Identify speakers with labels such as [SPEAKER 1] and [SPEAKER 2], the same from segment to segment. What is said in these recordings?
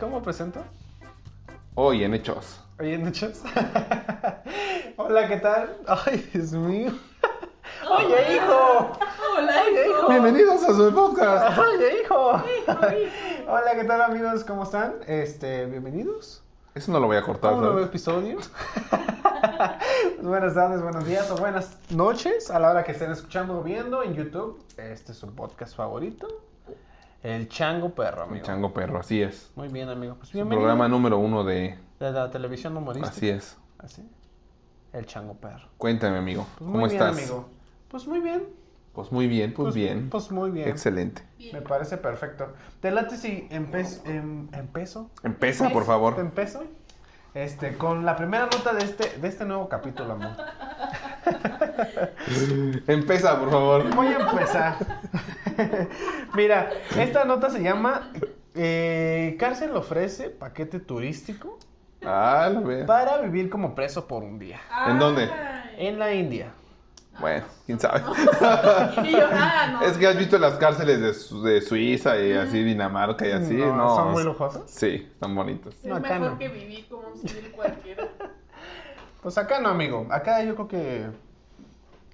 [SPEAKER 1] ¿Cómo presento?
[SPEAKER 2] Hoy en Hechos.
[SPEAKER 1] Oye, Nachos. Hola, ¿qué tal? Ay, Dios mío. Oye, hijo.
[SPEAKER 3] Hola, hijo.
[SPEAKER 2] Bienvenidos a su podcast.
[SPEAKER 1] Oye, hijo.
[SPEAKER 3] hijo.
[SPEAKER 1] Hola, ¿qué tal, amigos? ¿Cómo están? Este, bienvenidos
[SPEAKER 2] Eso no lo voy a
[SPEAKER 1] a
[SPEAKER 2] cortar.
[SPEAKER 1] un nuevo
[SPEAKER 2] ¿sabes?
[SPEAKER 1] episodio. buenas tardes, buenos días o buenas noches a la hora que estén escuchando o viendo en YouTube. Este es su podcast favorito, El Chango Perro,
[SPEAKER 2] Un
[SPEAKER 1] amigo.
[SPEAKER 2] chango perro, así es.
[SPEAKER 1] Muy bien, amigo. Pues
[SPEAKER 2] Su
[SPEAKER 1] bienvenido.
[SPEAKER 2] programa número uno de.
[SPEAKER 1] De la televisión humorística.
[SPEAKER 2] Así es.
[SPEAKER 1] Así. El Chango Perro.
[SPEAKER 2] Cuéntame, amigo.
[SPEAKER 1] Pues
[SPEAKER 2] ¿Cómo
[SPEAKER 1] muy bien,
[SPEAKER 2] estás?
[SPEAKER 1] amigo. Pues muy bien.
[SPEAKER 2] Pues muy bien, pues, bien.
[SPEAKER 1] Pues muy bien.
[SPEAKER 2] Excelente.
[SPEAKER 1] Me parece perfecto. Te late si empe- em- empezo. Pues
[SPEAKER 2] Empieza, por favor.
[SPEAKER 1] Empezo. Este, con la primera nota de este, de este nuevo capítulo, amor.
[SPEAKER 2] Empieza, por favor.
[SPEAKER 1] Voy a empezar. Mira, esta nota se llama eh, Cárcel ofrece paquete turístico
[SPEAKER 2] Ah, la verdad.
[SPEAKER 1] para vivir como preso por un día.
[SPEAKER 2] ¿En dónde?
[SPEAKER 1] En la India.
[SPEAKER 2] Bueno, quién sabe.
[SPEAKER 3] Y yo, ah, no.
[SPEAKER 2] Es que has visto las cárceles de, Su- de Suiza y así, Dinamarca y así. No,
[SPEAKER 1] Son muy lujosas.
[SPEAKER 2] Sí, están bonitos.
[SPEAKER 3] Es
[SPEAKER 1] no, acá
[SPEAKER 3] mejor
[SPEAKER 1] no.
[SPEAKER 3] que vivir como un civil cualquiera.
[SPEAKER 1] Pues acá no, amigo. Acá yo creo que,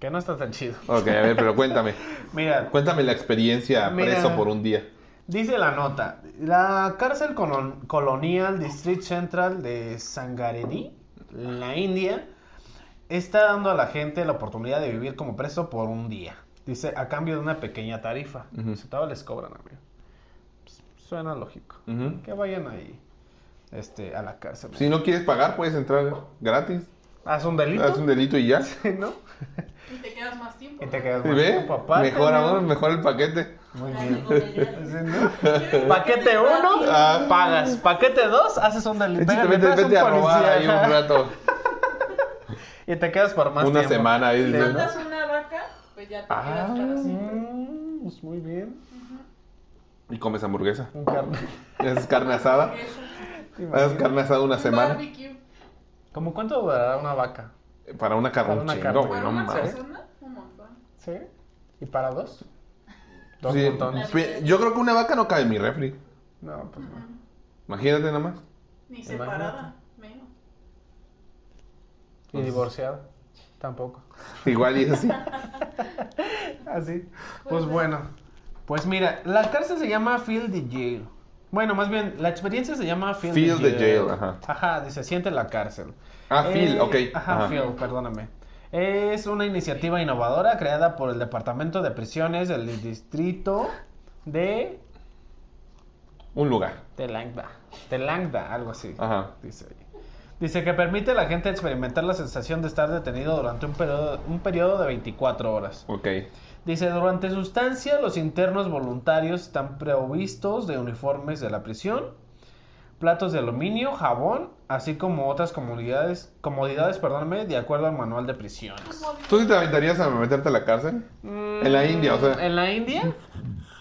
[SPEAKER 1] que no está tan chido.
[SPEAKER 2] Ok, a ver, pero cuéntame.
[SPEAKER 1] Mira,
[SPEAKER 2] Cuéntame la experiencia
[SPEAKER 1] Mira.
[SPEAKER 2] preso por un día.
[SPEAKER 1] Dice la nota, la cárcel colon- colonial District Central de Sangareni, la India, está dando a la gente la oportunidad de vivir como preso por un día. Dice, a cambio de una pequeña tarifa.
[SPEAKER 2] Ujú.
[SPEAKER 1] Si todo les cobran, amigo. Pues, suena lógico.
[SPEAKER 2] Ujú.
[SPEAKER 1] Que vayan ahí este, a la cárcel.
[SPEAKER 2] Si no quieres pagar, puedes entrar gratis.
[SPEAKER 1] Haz un delito,
[SPEAKER 2] Haz un delito y ya.
[SPEAKER 1] ¿no?
[SPEAKER 3] Y te quedas más tiempo.
[SPEAKER 1] Y te quedas
[SPEAKER 2] ¿Sí
[SPEAKER 1] más
[SPEAKER 2] ¿Ve?
[SPEAKER 1] tiempo aparte,
[SPEAKER 2] mejor
[SPEAKER 1] amigo.
[SPEAKER 2] aún, mejor el paquete.
[SPEAKER 1] Muy
[SPEAKER 3] Ay,
[SPEAKER 1] bien.
[SPEAKER 3] no, ya.
[SPEAKER 1] Sí, ¿no? Paquete 1,
[SPEAKER 2] Ah.
[SPEAKER 1] pagas. Paquete 2, haces un delito.
[SPEAKER 2] Échate, Este, vete,
[SPEAKER 1] Pégale,
[SPEAKER 2] vete a
[SPEAKER 1] pégale un
[SPEAKER 2] robar ahí
[SPEAKER 1] policía,
[SPEAKER 2] un
[SPEAKER 1] ajá.
[SPEAKER 2] rato.
[SPEAKER 1] Y te quedas por más
[SPEAKER 2] Una
[SPEAKER 1] tiempo.
[SPEAKER 2] semana ahí.
[SPEAKER 3] Si
[SPEAKER 2] dices, ¿no?
[SPEAKER 3] matas una vaca, pues ya te
[SPEAKER 2] Ah,
[SPEAKER 3] quedas para siempre.
[SPEAKER 1] Mm, pues muy bien.
[SPEAKER 2] Y comes hamburguesa.
[SPEAKER 1] Un carne.
[SPEAKER 2] Y haces carne asada.
[SPEAKER 3] Eso.
[SPEAKER 2] Haces carne asada una
[SPEAKER 3] Un
[SPEAKER 2] semana.
[SPEAKER 3] barbecue.
[SPEAKER 1] ¿Cómo cuánto durará una vaca?
[SPEAKER 2] Para una
[SPEAKER 1] Para
[SPEAKER 2] carne, un
[SPEAKER 1] una
[SPEAKER 2] chingo,
[SPEAKER 1] carne.
[SPEAKER 2] güey,
[SPEAKER 3] Para
[SPEAKER 2] no
[SPEAKER 3] una
[SPEAKER 2] mames.
[SPEAKER 3] persona, un montón.
[SPEAKER 1] ¿Sí? ¿Y para dos? Dos
[SPEAKER 2] Sí,
[SPEAKER 1] montones.
[SPEAKER 2] pi- yo creo que una vaca no cabe en mi refri.
[SPEAKER 1] No, pues no.
[SPEAKER 3] Ujú.
[SPEAKER 2] Imagínate nada más.
[SPEAKER 3] Ni
[SPEAKER 1] Imagínate.
[SPEAKER 3] separada, menos.
[SPEAKER 2] Pues
[SPEAKER 1] Y divorciado. Tampoco.
[SPEAKER 2] Igual y es así.
[SPEAKER 1] Así. Pues bueno. Pues mira, la cárcel se llama Field the Jail. Bueno, más bien, la experiencia se llama Field,
[SPEAKER 2] Feel
[SPEAKER 1] the
[SPEAKER 2] the
[SPEAKER 1] Jail.
[SPEAKER 2] Jail, ajá.
[SPEAKER 1] Ajá, dice, siente la cárcel.
[SPEAKER 2] Ah,
[SPEAKER 1] Eh,
[SPEAKER 2] Phil, ok.
[SPEAKER 1] Ajá,
[SPEAKER 2] ajá.
[SPEAKER 1] Phil, perdóname. Es una iniciativa innovadora creada por el Departamento de Prisiones del Distrito de
[SPEAKER 2] Un lugar.
[SPEAKER 1] Telangda. Telangda, algo así.
[SPEAKER 2] Ajá.
[SPEAKER 1] Dice ahí. Dice que permite a la gente experimentar la sensación de estar detenido durante un periodo, un periodo de 24 horas.
[SPEAKER 2] Ok.
[SPEAKER 1] Dice, durante su estancia, los internos voluntarios están provistos de uniformes de la prisión, platos de aluminio, jabón, así como otras comunidades, comodidades, perdóname, de acuerdo al manual de
[SPEAKER 3] Pues,
[SPEAKER 1] prisiones.
[SPEAKER 2] ¿Tú sí te aventarías a meterte a la cárcel? En la India, o sea.
[SPEAKER 1] ¿En la India?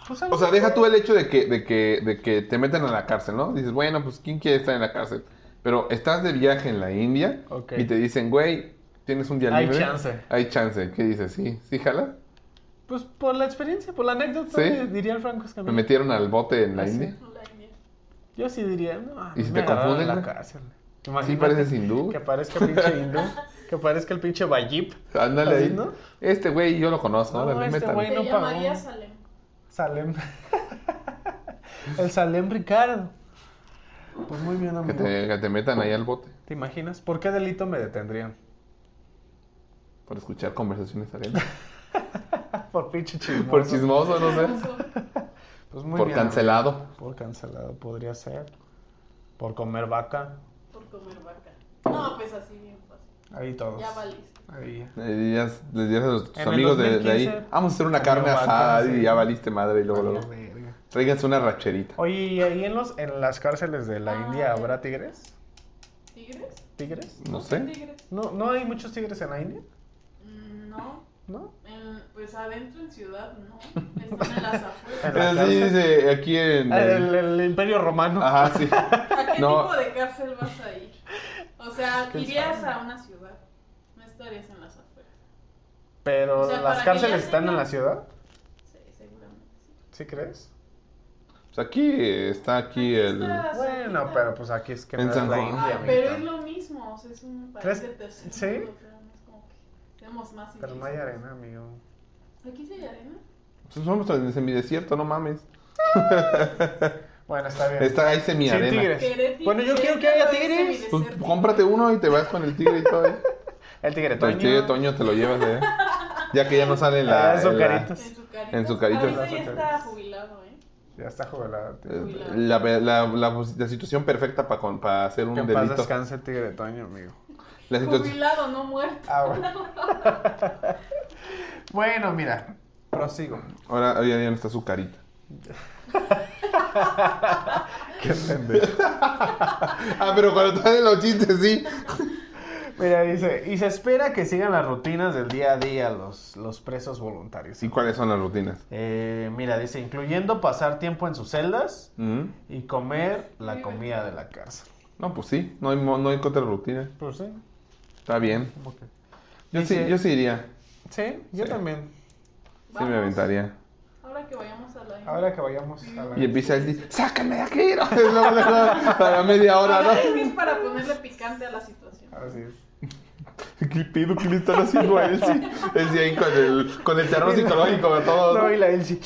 [SPEAKER 1] Pues, algo
[SPEAKER 2] O sea,
[SPEAKER 1] así.
[SPEAKER 2] deja tú el hecho de que, de que, de que te metan a la cárcel, ¿no? Dices, bueno, pues ¿quién quiere estar en la cárcel? Pero estás de viaje en la India
[SPEAKER 1] Ok.
[SPEAKER 2] y te dicen, güey, tienes un día
[SPEAKER 1] Hay
[SPEAKER 2] libre.
[SPEAKER 1] chance.
[SPEAKER 2] Hay chance. ¿Qué dices? ¿Sí? ¿Sí jala?
[SPEAKER 1] Pues por la experiencia, por la anécdota, eh,
[SPEAKER 2] Sí.
[SPEAKER 1] diría el Franco Escamilla.
[SPEAKER 2] Me metieron al bote en la
[SPEAKER 1] ¿Ah, sí?
[SPEAKER 2] India.
[SPEAKER 3] La India.
[SPEAKER 1] Yo sí diría, no, a
[SPEAKER 2] ¿Y
[SPEAKER 1] mí
[SPEAKER 2] si
[SPEAKER 1] me
[SPEAKER 2] te
[SPEAKER 1] agarraron
[SPEAKER 2] confunden,
[SPEAKER 1] en la
[SPEAKER 2] güey?
[SPEAKER 1] cárcel.
[SPEAKER 2] Sí,
[SPEAKER 1] Imagínate
[SPEAKER 2] pareces hindú.
[SPEAKER 1] Que parezca el pinche hindú, que parezca el pinche Bayip.
[SPEAKER 2] Ándale
[SPEAKER 1] ¿Así,
[SPEAKER 2] ahí.
[SPEAKER 1] no?
[SPEAKER 2] Este güey yo lo conozco.
[SPEAKER 1] No,
[SPEAKER 2] órale,
[SPEAKER 1] este
[SPEAKER 2] métale.
[SPEAKER 1] güey-
[SPEAKER 3] Te
[SPEAKER 1] no pagó.
[SPEAKER 3] llamaría Salem.
[SPEAKER 1] Salem. el Salem Ricardo. Pues muy bien,
[SPEAKER 2] Que
[SPEAKER 1] amigo. Te...
[SPEAKER 2] te, que te metan ahí al bote
[SPEAKER 1] imaginas? ¿Por qué delito me detendrían?
[SPEAKER 2] por escuchar conversaciones ajenas.
[SPEAKER 1] Por pinche chismoso.
[SPEAKER 2] Por chismoso, no sé.
[SPEAKER 1] Pues muy
[SPEAKER 2] por
[SPEAKER 1] bien,
[SPEAKER 2] cancelado.
[SPEAKER 1] amigo. Por cancelado podría ser. Por comer vaca.
[SPEAKER 3] Por comer vaca. No, pues así bien fácil.
[SPEAKER 1] Ahí todos.
[SPEAKER 3] Ya valiste.
[SPEAKER 1] Ahí ya.
[SPEAKER 2] Le dirías, le dirías a tus
[SPEAKER 1] En el
[SPEAKER 2] amigos de, de
[SPEAKER 1] 2015,
[SPEAKER 2] ahí, vamos a hacer una
[SPEAKER 1] comió
[SPEAKER 2] carne
[SPEAKER 1] vaca,
[SPEAKER 2] asada
[SPEAKER 1] sí.
[SPEAKER 2] y ya valiste madre y luego,
[SPEAKER 1] Valió
[SPEAKER 2] luego.
[SPEAKER 1] verga.
[SPEAKER 2] Tráiganse una racherita.
[SPEAKER 1] Oye, ¿y ahí en, los, en las cárceles de
[SPEAKER 3] Ah,
[SPEAKER 1] la India habrá tigres?
[SPEAKER 3] ¿Tigres?
[SPEAKER 1] ¿Tigres?
[SPEAKER 2] No
[SPEAKER 3] sé.
[SPEAKER 2] sé.
[SPEAKER 3] ¿Tigres?
[SPEAKER 1] No, ¿No hay muchos tigres en la India?
[SPEAKER 3] Mm, No.
[SPEAKER 1] ¿No?
[SPEAKER 3] En- pues adentro en ciudad, no. Están en las
[SPEAKER 1] En
[SPEAKER 3] afueras.
[SPEAKER 1] la
[SPEAKER 2] Así
[SPEAKER 1] cárcel.
[SPEAKER 2] dice Eh, aquí en.
[SPEAKER 1] Ah, El, el Imperio Romano.
[SPEAKER 2] Ajá, sí.
[SPEAKER 3] ¿A qué
[SPEAKER 2] No.
[SPEAKER 3] tipo de cárcel vas a ir? O sea,
[SPEAKER 1] ¿Quién
[SPEAKER 3] irías
[SPEAKER 1] sabe?
[SPEAKER 3] a una ciudad. No estarías en las afueras.
[SPEAKER 1] Pero
[SPEAKER 3] O sea, para
[SPEAKER 1] las
[SPEAKER 3] que
[SPEAKER 1] cárceles
[SPEAKER 3] ya
[SPEAKER 1] están en
[SPEAKER 3] tengan-
[SPEAKER 1] la ciudad,
[SPEAKER 3] Sí, seguramente sí.
[SPEAKER 1] ¿sí crees?
[SPEAKER 2] Pues aquí eh, está aquí el...
[SPEAKER 3] está
[SPEAKER 1] Bueno,
[SPEAKER 3] cerquita.
[SPEAKER 1] pero pues aquí es que
[SPEAKER 2] En
[SPEAKER 1] no
[SPEAKER 2] San
[SPEAKER 1] es la
[SPEAKER 2] Juan.
[SPEAKER 1] India,
[SPEAKER 3] Ah,
[SPEAKER 1] amiguita.
[SPEAKER 3] pero es lo mismo, o sea, es un país
[SPEAKER 1] ¿Crees?
[SPEAKER 3] de tercer
[SPEAKER 1] ¿Sí?
[SPEAKER 3] mundo, pero es como que tenemos más
[SPEAKER 1] Pero no hay
[SPEAKER 3] ingresos.
[SPEAKER 1] arena, amigo.
[SPEAKER 3] Aquí sí hay arena.
[SPEAKER 2] Pues vamos al semidesierto, no mames.
[SPEAKER 1] Bueno, está bien.
[SPEAKER 2] Está ahí semiarena.
[SPEAKER 1] Sin tigres.
[SPEAKER 3] Querétaro
[SPEAKER 1] Bueno, yo quiero que
[SPEAKER 3] es
[SPEAKER 1] haya
[SPEAKER 3] semidesierto.
[SPEAKER 1] tigres.
[SPEAKER 2] Pues cómprate uno y te vas con el tigre y todo. ¿eh?
[SPEAKER 1] El tigre
[SPEAKER 2] El tigre Toño te lo llevas, ¿eh? Ya que ya no sale en la...
[SPEAKER 1] Ah, su
[SPEAKER 2] en la-
[SPEAKER 1] carita.
[SPEAKER 3] En su carita.
[SPEAKER 2] En su carita.
[SPEAKER 3] Ahorita ya
[SPEAKER 1] En su
[SPEAKER 3] está
[SPEAKER 1] carita.
[SPEAKER 3] jubilado, ¿eh?
[SPEAKER 1] Ya está jubilado. tío.
[SPEAKER 2] eh, La, la- la- pues, la situación perfecta para hacer un
[SPEAKER 1] Que en paz
[SPEAKER 2] delito.
[SPEAKER 1] descanse el tigre Toño, amigo.
[SPEAKER 2] La situación-
[SPEAKER 3] Jubilado, no muerto.
[SPEAKER 1] Ah, bueno. bueno, mira. Prosigo.
[SPEAKER 2] Ahora ahora ya no está su carita.
[SPEAKER 1] Qué pendejo.
[SPEAKER 2] Ah, pero cuando traen los chistes, sí.
[SPEAKER 1] Mira, dice, y se espera que sigan las rutinas del día a día los, los presos voluntarios.
[SPEAKER 2] ¿Y cuáles son las rutinas?
[SPEAKER 1] Eh, mira, dice, incluyendo pasar tiempo en sus celdas
[SPEAKER 2] Mm.
[SPEAKER 1] y comer la comida de la cárcel.
[SPEAKER 2] No, pues sí, no hay, mo- no hay contra rutina.
[SPEAKER 1] Pues sí,
[SPEAKER 2] Está bien.
[SPEAKER 1] como que...
[SPEAKER 2] Yo sí,
[SPEAKER 1] Dice-
[SPEAKER 2] yo sí iría.
[SPEAKER 1] Sí, yo
[SPEAKER 2] Sí.
[SPEAKER 1] también.
[SPEAKER 2] Sí me
[SPEAKER 3] Vamos.
[SPEAKER 2] aventaría.
[SPEAKER 3] Ahora que vayamos a la
[SPEAKER 1] Ahora que vayamos a la...
[SPEAKER 2] Y empieza él dice, sácame de aquí. ¿no? Es lo- lo- Para media hora,
[SPEAKER 3] Ahora
[SPEAKER 2] ¿no?
[SPEAKER 3] sí es para ponerle picante a la situación.
[SPEAKER 1] Así es.
[SPEAKER 2] ¿Qué pedo que le están haciendo a él? Sí, él sí ahí con el, con el terror psicológico de todo.
[SPEAKER 1] No,
[SPEAKER 2] ¿no?
[SPEAKER 1] y la Elsie.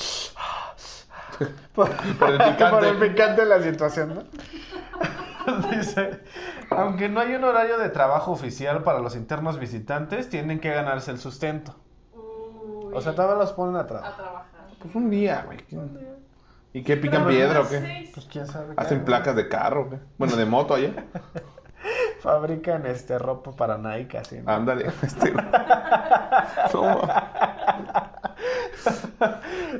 [SPEAKER 1] Por,
[SPEAKER 2] Por el picante.
[SPEAKER 1] por el picante de la situación, ¿no? Dice, aunque no hay un horario de trabajo oficial para los internos visitantes, tienen que ganarse el sustento.
[SPEAKER 3] Uy.
[SPEAKER 1] O sea, todavía los ponen a
[SPEAKER 3] a
[SPEAKER 1] trabajar.
[SPEAKER 3] trabajar.
[SPEAKER 2] Pues un día, güey. ¿Y qué pican
[SPEAKER 3] Pero
[SPEAKER 2] piedra o
[SPEAKER 3] las
[SPEAKER 2] qué?
[SPEAKER 3] seis.
[SPEAKER 1] Pues quién sabe. qué
[SPEAKER 2] Hacen
[SPEAKER 1] hagan.
[SPEAKER 2] placas de carro, o qué? Bueno, de moto allá.
[SPEAKER 1] Fabrican este ropa para Nike, así. ¿no?
[SPEAKER 2] Ándale. Este... güey. No,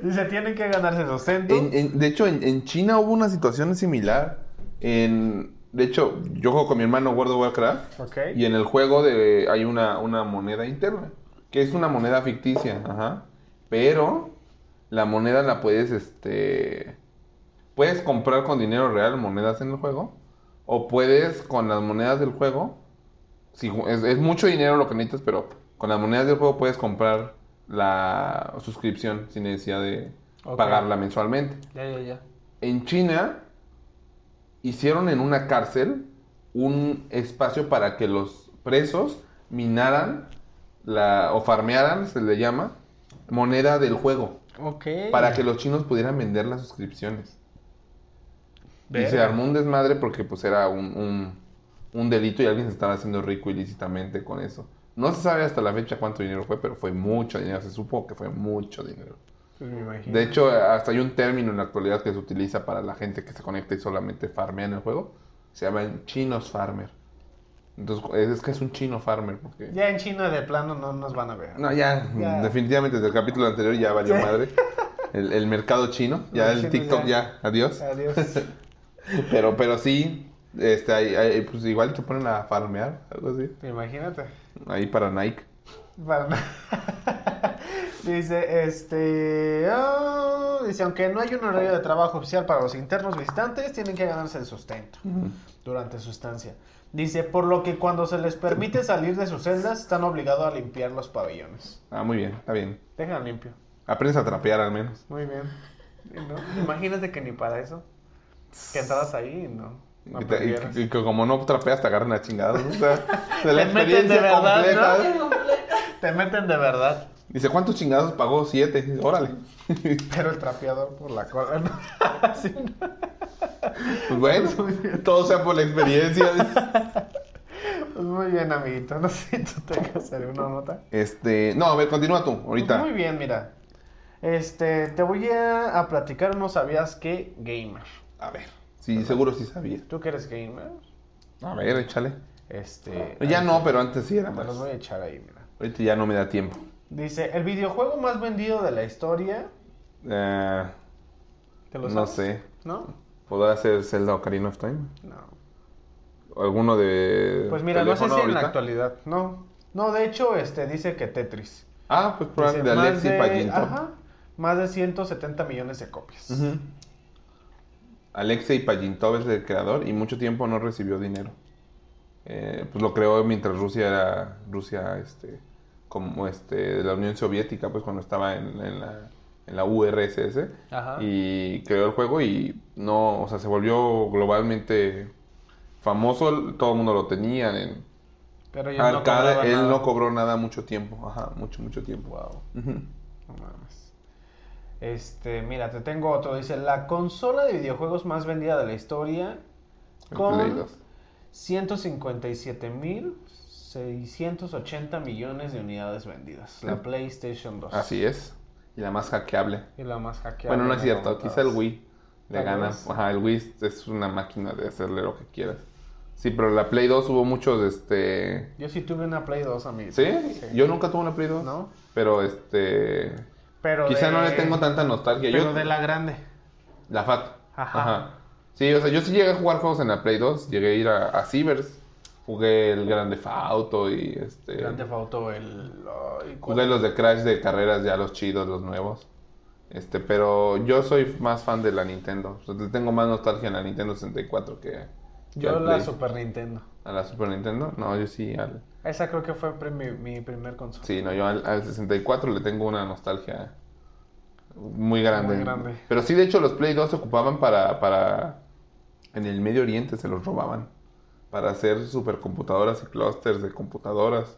[SPEAKER 1] Dice, tienen que ganarse el sustento.
[SPEAKER 2] En- en- de hecho, en, en China hubo una situación similar. En, de hecho, yo juego con mi hermano World of Warcraft
[SPEAKER 1] Ok.
[SPEAKER 2] y en el juego de, hay una, una moneda interna, que es una moneda ficticia, ajá. Pero la moneda la puedes, este, puedes comprar con dinero real monedas en el juego o puedes con las monedas del juego, si ju- es, es mucho dinero lo que necesitas, pero con las monedas del juego puedes comprar la suscripción sin necesidad de
[SPEAKER 1] Ok.
[SPEAKER 2] pagarla mensualmente.
[SPEAKER 1] Ya, ya, ya.
[SPEAKER 2] En China hicieron en una cárcel un espacio para que los presos minaran la, o farmearan, se le llama, moneda del juego,
[SPEAKER 1] Ok.
[SPEAKER 2] para que los chinos pudieran vender las suscripciones. Y se
[SPEAKER 1] Verga.
[SPEAKER 2] armó un desmadre porque pues era un, un- un delito y alguien se estaba haciendo rico ilícitamente con eso. No se sabe hasta la fecha cuánto dinero fue, pero fue mucho dinero, se supo que fue mucho dinero.
[SPEAKER 1] Pues me imagino.
[SPEAKER 2] De hecho, hasta hay un término en la actualidad que se utiliza para la gente que se conecta y solamente farmea en el juego. Se llaman chinos farmer. Entonces, es, es que es un chino farmer. Porque...
[SPEAKER 1] Ya en China de plano no nos van a ver.
[SPEAKER 2] No, ya, mm,
[SPEAKER 1] Ya.
[SPEAKER 2] definitivamente desde el capítulo anterior ya valió
[SPEAKER 1] Ya.
[SPEAKER 2] madre. El, el mercado chino, ya
[SPEAKER 1] Los chinos
[SPEAKER 2] el TikTok
[SPEAKER 1] ya.
[SPEAKER 2] ya, adiós.
[SPEAKER 1] Pues, Adiós.
[SPEAKER 2] Pero, pero sí, este, ahí- ahí, pues igual te ponen a farmear, algo así.
[SPEAKER 1] Imagínate.
[SPEAKER 2] Ahí para Nike.
[SPEAKER 1] Para nada. dice, este... ah, dice, aunque no hay un horario de trabajo oficial para los internos visitantes, tienen que ganarse el sustento durante su estancia. Dice, por lo que cuando se les permite salir de sus celdas, están obligados a limpiar los pabellones.
[SPEAKER 2] Ah, muy bien, está bien.
[SPEAKER 1] Dejan limpio.
[SPEAKER 2] Aprendes a trapear al menos.
[SPEAKER 1] Muy bien. Y no, Imagínate que ni para eso. Que entrabas ahí y no. no
[SPEAKER 2] Y te- y-
[SPEAKER 1] aprendieras.
[SPEAKER 2] y, que como no trapeas, te agarran a chingados. O sea, de la
[SPEAKER 1] Te meten de
[SPEAKER 2] experiencia
[SPEAKER 1] verdad,
[SPEAKER 2] completa. ¿eh?
[SPEAKER 1] ¿no?
[SPEAKER 3] Completa.
[SPEAKER 1] Te meten de verdad.
[SPEAKER 2] Dice, ¿cuántos chingados pagó? Siete. Dice, Órale.
[SPEAKER 1] Pero el trapeador por la cola. ¿no? Así, ¿no?
[SPEAKER 2] Pues bueno, todo sea por la experiencia. dice.
[SPEAKER 1] Pues muy bien, amiguito. No sé si tú tengas alguna nota.
[SPEAKER 2] Este, no, a ver, continúa tú,
[SPEAKER 1] Pues
[SPEAKER 2] ahorita.
[SPEAKER 1] muy bien, mira. Este, te voy a, a platicar unos sabías que gamer.
[SPEAKER 2] A ver. Sí, seguro sí sabía.
[SPEAKER 1] ¿Tú que eres gamer?
[SPEAKER 2] A ver, échale.
[SPEAKER 1] Este.
[SPEAKER 2] Ya
[SPEAKER 1] ahí
[SPEAKER 2] no,
[SPEAKER 1] te-
[SPEAKER 2] pero antes sí era
[SPEAKER 1] Te
[SPEAKER 2] más.
[SPEAKER 1] los voy a echar ahí, mira.
[SPEAKER 2] Ahorita ya no me da tiempo.
[SPEAKER 1] Dice, el videojuego más vendido de la historia.
[SPEAKER 2] Eh,
[SPEAKER 1] ¿Te lo
[SPEAKER 2] no
[SPEAKER 1] sabes?
[SPEAKER 2] sé.
[SPEAKER 1] ¿No?
[SPEAKER 2] ¿Podrá ser Zelda Ocarina of Time?
[SPEAKER 1] No.
[SPEAKER 2] ¿Alguno de.
[SPEAKER 1] Pues mira, no sé si
[SPEAKER 2] Eh, teléfono
[SPEAKER 1] en la
[SPEAKER 2] ahorita?
[SPEAKER 1] actualidad. No. No, de hecho, este dice que Tetris.
[SPEAKER 2] Ah, pues
[SPEAKER 1] Dice,
[SPEAKER 2] probablemente de
[SPEAKER 1] más
[SPEAKER 2] Alexi
[SPEAKER 1] de-
[SPEAKER 2] Payinto.
[SPEAKER 1] Ajá. Más de 170 millones de copias.
[SPEAKER 2] Ujú. Alexei Pajintov es el creador y mucho tiempo no recibió dinero. Eh, pues lo creó mientras Rusia era Rusia, este, como este, de la Unión Soviética, pues cuando estaba en, en la en la URSS,
[SPEAKER 1] Ajá.
[SPEAKER 2] y creó el juego y no, o sea, se volvió globalmente famoso, todo el mundo lo tenía en
[SPEAKER 1] Pero yo no
[SPEAKER 2] arcade,
[SPEAKER 1] cobraba
[SPEAKER 2] él
[SPEAKER 1] nada.
[SPEAKER 2] no cobró nada mucho tiempo, ajá, mucho, mucho tiempo. Ujú.
[SPEAKER 1] No mames. Este, mira, te tengo otro. Dice, la consola de videojuegos más vendida de la historia
[SPEAKER 2] El
[SPEAKER 1] con
[SPEAKER 2] Play 2.
[SPEAKER 1] 157.680 millones de unidades vendidas. La
[SPEAKER 2] Sí.
[SPEAKER 1] PlayStation 2.
[SPEAKER 2] Así es, y la más hackeable.
[SPEAKER 1] Y la más hackeada.
[SPEAKER 2] Bueno, no es
[SPEAKER 1] de las
[SPEAKER 2] cierto, quizá el
[SPEAKER 1] computadoras.
[SPEAKER 2] Wii le
[SPEAKER 1] Tal
[SPEAKER 2] gana.
[SPEAKER 1] vez.
[SPEAKER 2] Ajá, el Wii es una máquina de hacerle lo que quieras. Sí, pero la Play 2 hubo muchos, este...
[SPEAKER 1] Yo sí tuve una Play 2 a mí.
[SPEAKER 2] ¿Sí? Yo nunca tuve una Play 2.
[SPEAKER 1] ¿No?
[SPEAKER 2] Pero, este...
[SPEAKER 1] Pero
[SPEAKER 2] Quizá no
[SPEAKER 1] de-
[SPEAKER 2] le tengo tanta nostalgia.
[SPEAKER 1] Pero
[SPEAKER 2] Yo-
[SPEAKER 1] de la grande.
[SPEAKER 2] La FAT.
[SPEAKER 1] Ajá.
[SPEAKER 2] Sí, o sea, yo sí llegué a jugar juegos en la Play 2. Llegué a ir a, a Cibers. Jugué el Grande Auto y, este...
[SPEAKER 1] Grande Fauto, el... ay, ¿cuál?
[SPEAKER 2] Jugué los de Crash de carreras ya los chidos, los nuevos. Este, pero yo soy más fan de la Nintendo. O sea, le tengo más nostalgia en la Nintendo 64 que, que
[SPEAKER 1] Yo
[SPEAKER 2] al
[SPEAKER 1] la
[SPEAKER 2] Play.
[SPEAKER 1] Super Nintendo.
[SPEAKER 2] a la Super Nintendo. No, yo sí al
[SPEAKER 1] Esa creo que fue pri- mi, mi primer consola.
[SPEAKER 2] sí, no, yo al, al 64 le tengo una nostalgia muy grande.
[SPEAKER 1] Muy grande.
[SPEAKER 2] Pero sí, de hecho, los Play 2 se ocupaban para para en el Medio Oriente se los robaban para hacer supercomputadoras y clústeres de computadoras.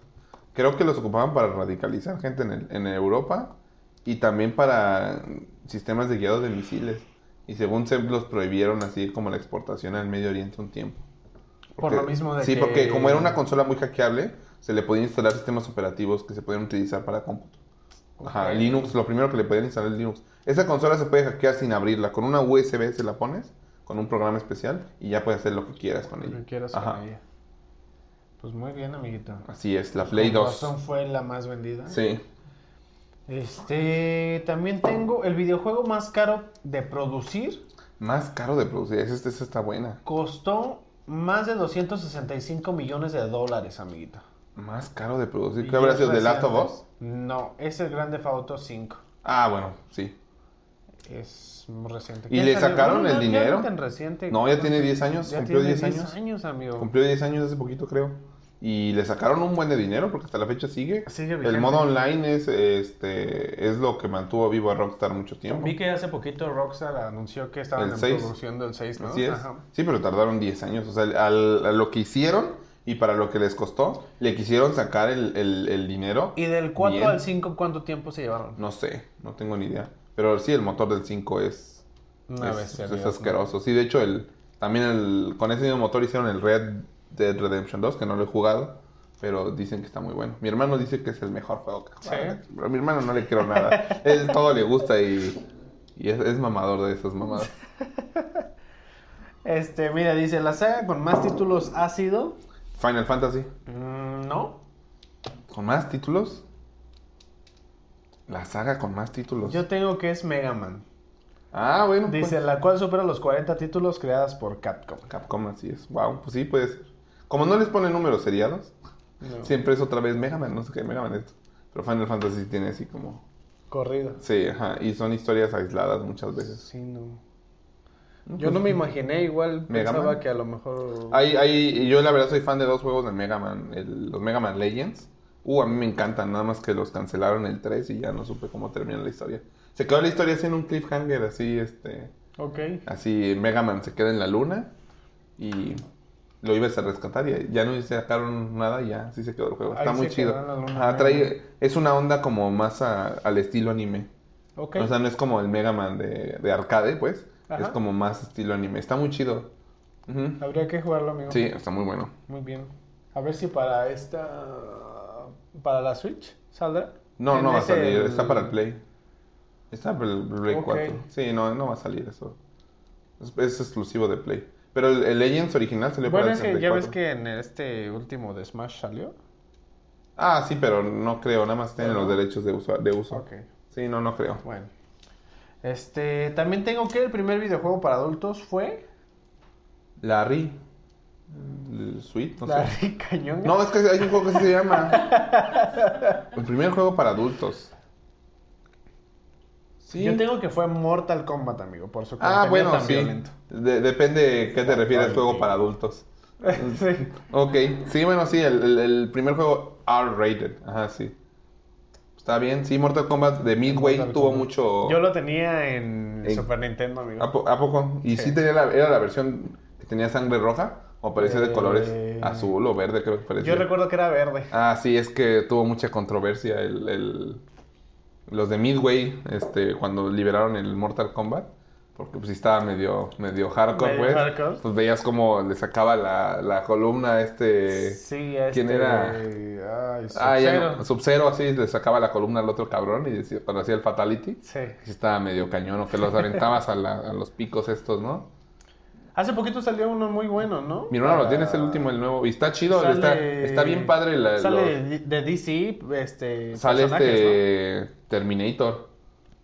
[SPEAKER 2] Creo que los ocupaban para radicalizar gente en, el- en Europa y también para sistemas de guiado de misiles. Y según se los prohibieron así como la exportación al Medio Oriente un tiempo.
[SPEAKER 1] Por lo mismo de
[SPEAKER 2] Sí,
[SPEAKER 1] que-
[SPEAKER 2] porque como era una consola muy hackeable, se le podían instalar sistemas operativos que se podían utilizar para cómputo. Ajá,
[SPEAKER 1] Ok.
[SPEAKER 2] Linux, lo primero que le podían instalar es Linux. Esa consola se puede hackear sin abrirla. Con una USB se la pones, con un programa especial, y ya puedes hacer lo que quieras con
[SPEAKER 1] Lo
[SPEAKER 2] ella.
[SPEAKER 1] que quieras
[SPEAKER 2] Ajá.
[SPEAKER 1] con ella. Pues muy bien, amiguito.
[SPEAKER 2] Así es, la Play
[SPEAKER 1] Con
[SPEAKER 2] 2.
[SPEAKER 1] razón fue la más vendida.
[SPEAKER 2] Sí.
[SPEAKER 1] Este, también tengo el videojuego más caro de producir.
[SPEAKER 2] Más caro de producir. Esa, esa está buena.
[SPEAKER 1] Costó más de 265 millones de dólares, amiguito.
[SPEAKER 2] Más caro de producir.
[SPEAKER 1] Y
[SPEAKER 2] ¿Qué habrá
[SPEAKER 1] es
[SPEAKER 2] sido? ¿The Last of
[SPEAKER 1] reciente.
[SPEAKER 2] Us?
[SPEAKER 1] No, es el Grande Auto 5.
[SPEAKER 2] Ah, bueno, sí.
[SPEAKER 1] Es muy reciente.
[SPEAKER 2] ¿Y
[SPEAKER 1] ¿Quién
[SPEAKER 2] le
[SPEAKER 1] salió?
[SPEAKER 2] sacaron
[SPEAKER 1] No,
[SPEAKER 2] el
[SPEAKER 1] no, ya
[SPEAKER 2] dinero?
[SPEAKER 1] no tan reciente.
[SPEAKER 2] No, ya tiene 10 años.
[SPEAKER 1] Ya
[SPEAKER 2] Cumplió
[SPEAKER 1] tiene
[SPEAKER 2] 10 años.
[SPEAKER 1] amigo.
[SPEAKER 2] Cumplió 10 años hace poquito, creo. Y le sacaron un buen de dinero porque hasta la fecha sigue.
[SPEAKER 1] Sigue vigente.
[SPEAKER 2] El modo online es, este, es lo que mantuvo vivo a Rockstar mucho tiempo.
[SPEAKER 1] Vi que hace poquito Rockstar anunció que estaban
[SPEAKER 2] El
[SPEAKER 1] en
[SPEAKER 2] seis.
[SPEAKER 1] producción del 6, ¿no?
[SPEAKER 2] Así es.
[SPEAKER 1] Ajá.
[SPEAKER 2] Sí, pero tardaron 10 años. O sea, al- a lo que hicieron y para lo que les costó, le quisieron sacar el, el- el dinero.
[SPEAKER 1] ¿Y del 4
[SPEAKER 2] Bien.
[SPEAKER 1] al 5 cuánto tiempo se llevaron?
[SPEAKER 2] No sé, no tengo ni idea. Pero sí, el motor del 5 es,
[SPEAKER 1] Una
[SPEAKER 2] es-
[SPEAKER 1] vez
[SPEAKER 2] es asqueroso. Sí, de hecho, el, también el, con ese mismo motor hicieron el Red Dead Redemption 2, que no lo he jugado. Pero dicen que está muy bueno. Mi hermano dice que es el mejor juego que ha jugado.
[SPEAKER 1] Sí.
[SPEAKER 2] Pero a mi hermano no le quiero nada. Él todo le gusta y, y es, es mamador de esas mamadas.
[SPEAKER 1] Este, mira, dice, la saga con más títulos ha sido...
[SPEAKER 2] Final Fantasy.
[SPEAKER 1] Mm, no.
[SPEAKER 2] ¿Con más títulos? La saga con más títulos.
[SPEAKER 1] Yo tengo que es Mega Man.
[SPEAKER 2] Ah, bueno. pues,
[SPEAKER 1] Dice, la cual supera los 40 títulos creadas por Capcom.
[SPEAKER 2] Capcom, así es. Wow, pues sí, puede ser. Como no les ponen números seriados,
[SPEAKER 1] No.
[SPEAKER 2] siempre es otra vez Mega Man, no sé qué, Mega Man esto. Pero Final Fantasy tiene así como...
[SPEAKER 1] Corrido.
[SPEAKER 2] Sí, ajá. Y son historias aisladas muchas veces. pues
[SPEAKER 1] Sí, no. Yo no me imaginé igual,
[SPEAKER 2] Mega
[SPEAKER 1] pensaba
[SPEAKER 2] Man.
[SPEAKER 1] que a lo mejor...
[SPEAKER 2] Hay, hay, yo la verdad soy fan de dos juegos de Mega Man, el- los Mega Man Legends. Uh, a mí me encantan, nada más que los cancelaron el 3 y ya no supe cómo termina la historia. Se quedó la historia así en un cliffhanger, así, este...
[SPEAKER 1] Ok.
[SPEAKER 2] Así Mega Man se queda en la luna y lo ibas a rescatar y ya no sacaron nada y ya sí se quedó el juego.
[SPEAKER 1] Ahí
[SPEAKER 2] Está
[SPEAKER 1] se
[SPEAKER 2] muy
[SPEAKER 1] quedó
[SPEAKER 2] chido.
[SPEAKER 1] en la luna, Mega
[SPEAKER 2] Ajá, trae- es una onda como más a- al estilo anime.
[SPEAKER 1] Ok.
[SPEAKER 2] O sea, no es como el Mega Man de, de arcade, pues.
[SPEAKER 1] Ajá.
[SPEAKER 2] Es como más estilo anime. Está muy chido. Ujú.
[SPEAKER 1] Habría que jugarlo, amigo.
[SPEAKER 2] Sí, está muy bueno.
[SPEAKER 1] Muy bien. A ver si para esta... Para la Switch saldrá.
[SPEAKER 2] No, no va a
[SPEAKER 1] ¿Tienes
[SPEAKER 2] salir.
[SPEAKER 1] el-
[SPEAKER 2] Está para el Play. Está para el Play
[SPEAKER 1] Ok.
[SPEAKER 2] 4. Sí, no, no va a salir eso. Es, es exclusivo de Play. Pero el, el Legends original salió
[SPEAKER 1] Bueno,
[SPEAKER 2] para el
[SPEAKER 1] es que ya ves
[SPEAKER 2] 64.
[SPEAKER 1] que en este último de Smash salió.
[SPEAKER 2] Ah, sí, pero no creo, nada más tienen los
[SPEAKER 1] Bueno.
[SPEAKER 2] derechos de uso. De uso.
[SPEAKER 1] Ok.
[SPEAKER 2] Sí, no, no creo.
[SPEAKER 1] Bueno. Este, también tengo que el primer videojuego para adultos fue
[SPEAKER 2] Larry. el Sweet, no
[SPEAKER 1] La
[SPEAKER 2] sé.
[SPEAKER 1] Cañón.
[SPEAKER 2] No, es que hay un juego que así se llama. El primer juego para adultos. Sí.
[SPEAKER 1] Yo tengo que fue Mortal Kombat, amigo, por su
[SPEAKER 2] Ah,
[SPEAKER 1] contenido
[SPEAKER 2] bueno,
[SPEAKER 1] tan
[SPEAKER 2] sí.
[SPEAKER 1] violento.
[SPEAKER 2] De- depende qué te refieres juego para adultos. Mm.
[SPEAKER 1] sí.
[SPEAKER 2] Ok, sí, bueno, sí, el, el- el primer juego R-rated. Ajá, sí. Está bien, sí, Mortal Kombat de Midway
[SPEAKER 1] Mortal
[SPEAKER 2] tuvo
[SPEAKER 1] Kombat.
[SPEAKER 2] mucho...
[SPEAKER 1] Yo lo tenía en
[SPEAKER 2] En- Ah,
[SPEAKER 1] Super Nintendo, amigo.
[SPEAKER 2] ¿A, po- a poco? ¿Y
[SPEAKER 1] Sí.
[SPEAKER 2] sí, tenía la, era la versión que tenía sangre roja? ¿O parecía de
[SPEAKER 1] Eh,
[SPEAKER 2] colores azul o verde? Creo que parecía.
[SPEAKER 1] Yo recuerdo que era verde.
[SPEAKER 2] Ah, sí, es que tuvo mucha controversia el, el- los de Midway este, cuando liberaron el Mortal Kombat. Porque pues sí estaba medio, medio hardcore,
[SPEAKER 1] Medio
[SPEAKER 2] pues.
[SPEAKER 1] hardcore.
[SPEAKER 2] Pues veías como le sacaba la, la columna a este...
[SPEAKER 1] sí, este...
[SPEAKER 2] ¿quién era?
[SPEAKER 1] Ay,
[SPEAKER 2] Ah, ya
[SPEAKER 1] Sub-Zero.
[SPEAKER 2] no, Sub-Zero, así, le sacaba la columna al otro cabrón y decía, cuando hacía el Fatality.
[SPEAKER 1] Sí.
[SPEAKER 2] Sí estaba medio cañón, o que los aventabas a, la- a los picos estos, ¿no?
[SPEAKER 1] Hace poquito salió uno muy bueno, ¿no?
[SPEAKER 2] Mi hermano lo
[SPEAKER 1] Para-
[SPEAKER 2] tiene, es el último, el nuevo. Y está chido,
[SPEAKER 1] Sale-
[SPEAKER 2] está, está bien padre. La,
[SPEAKER 1] Sale de- de DC, este...
[SPEAKER 2] los- sale
[SPEAKER 1] personajes,
[SPEAKER 2] este Terminator.
[SPEAKER 1] ¿no?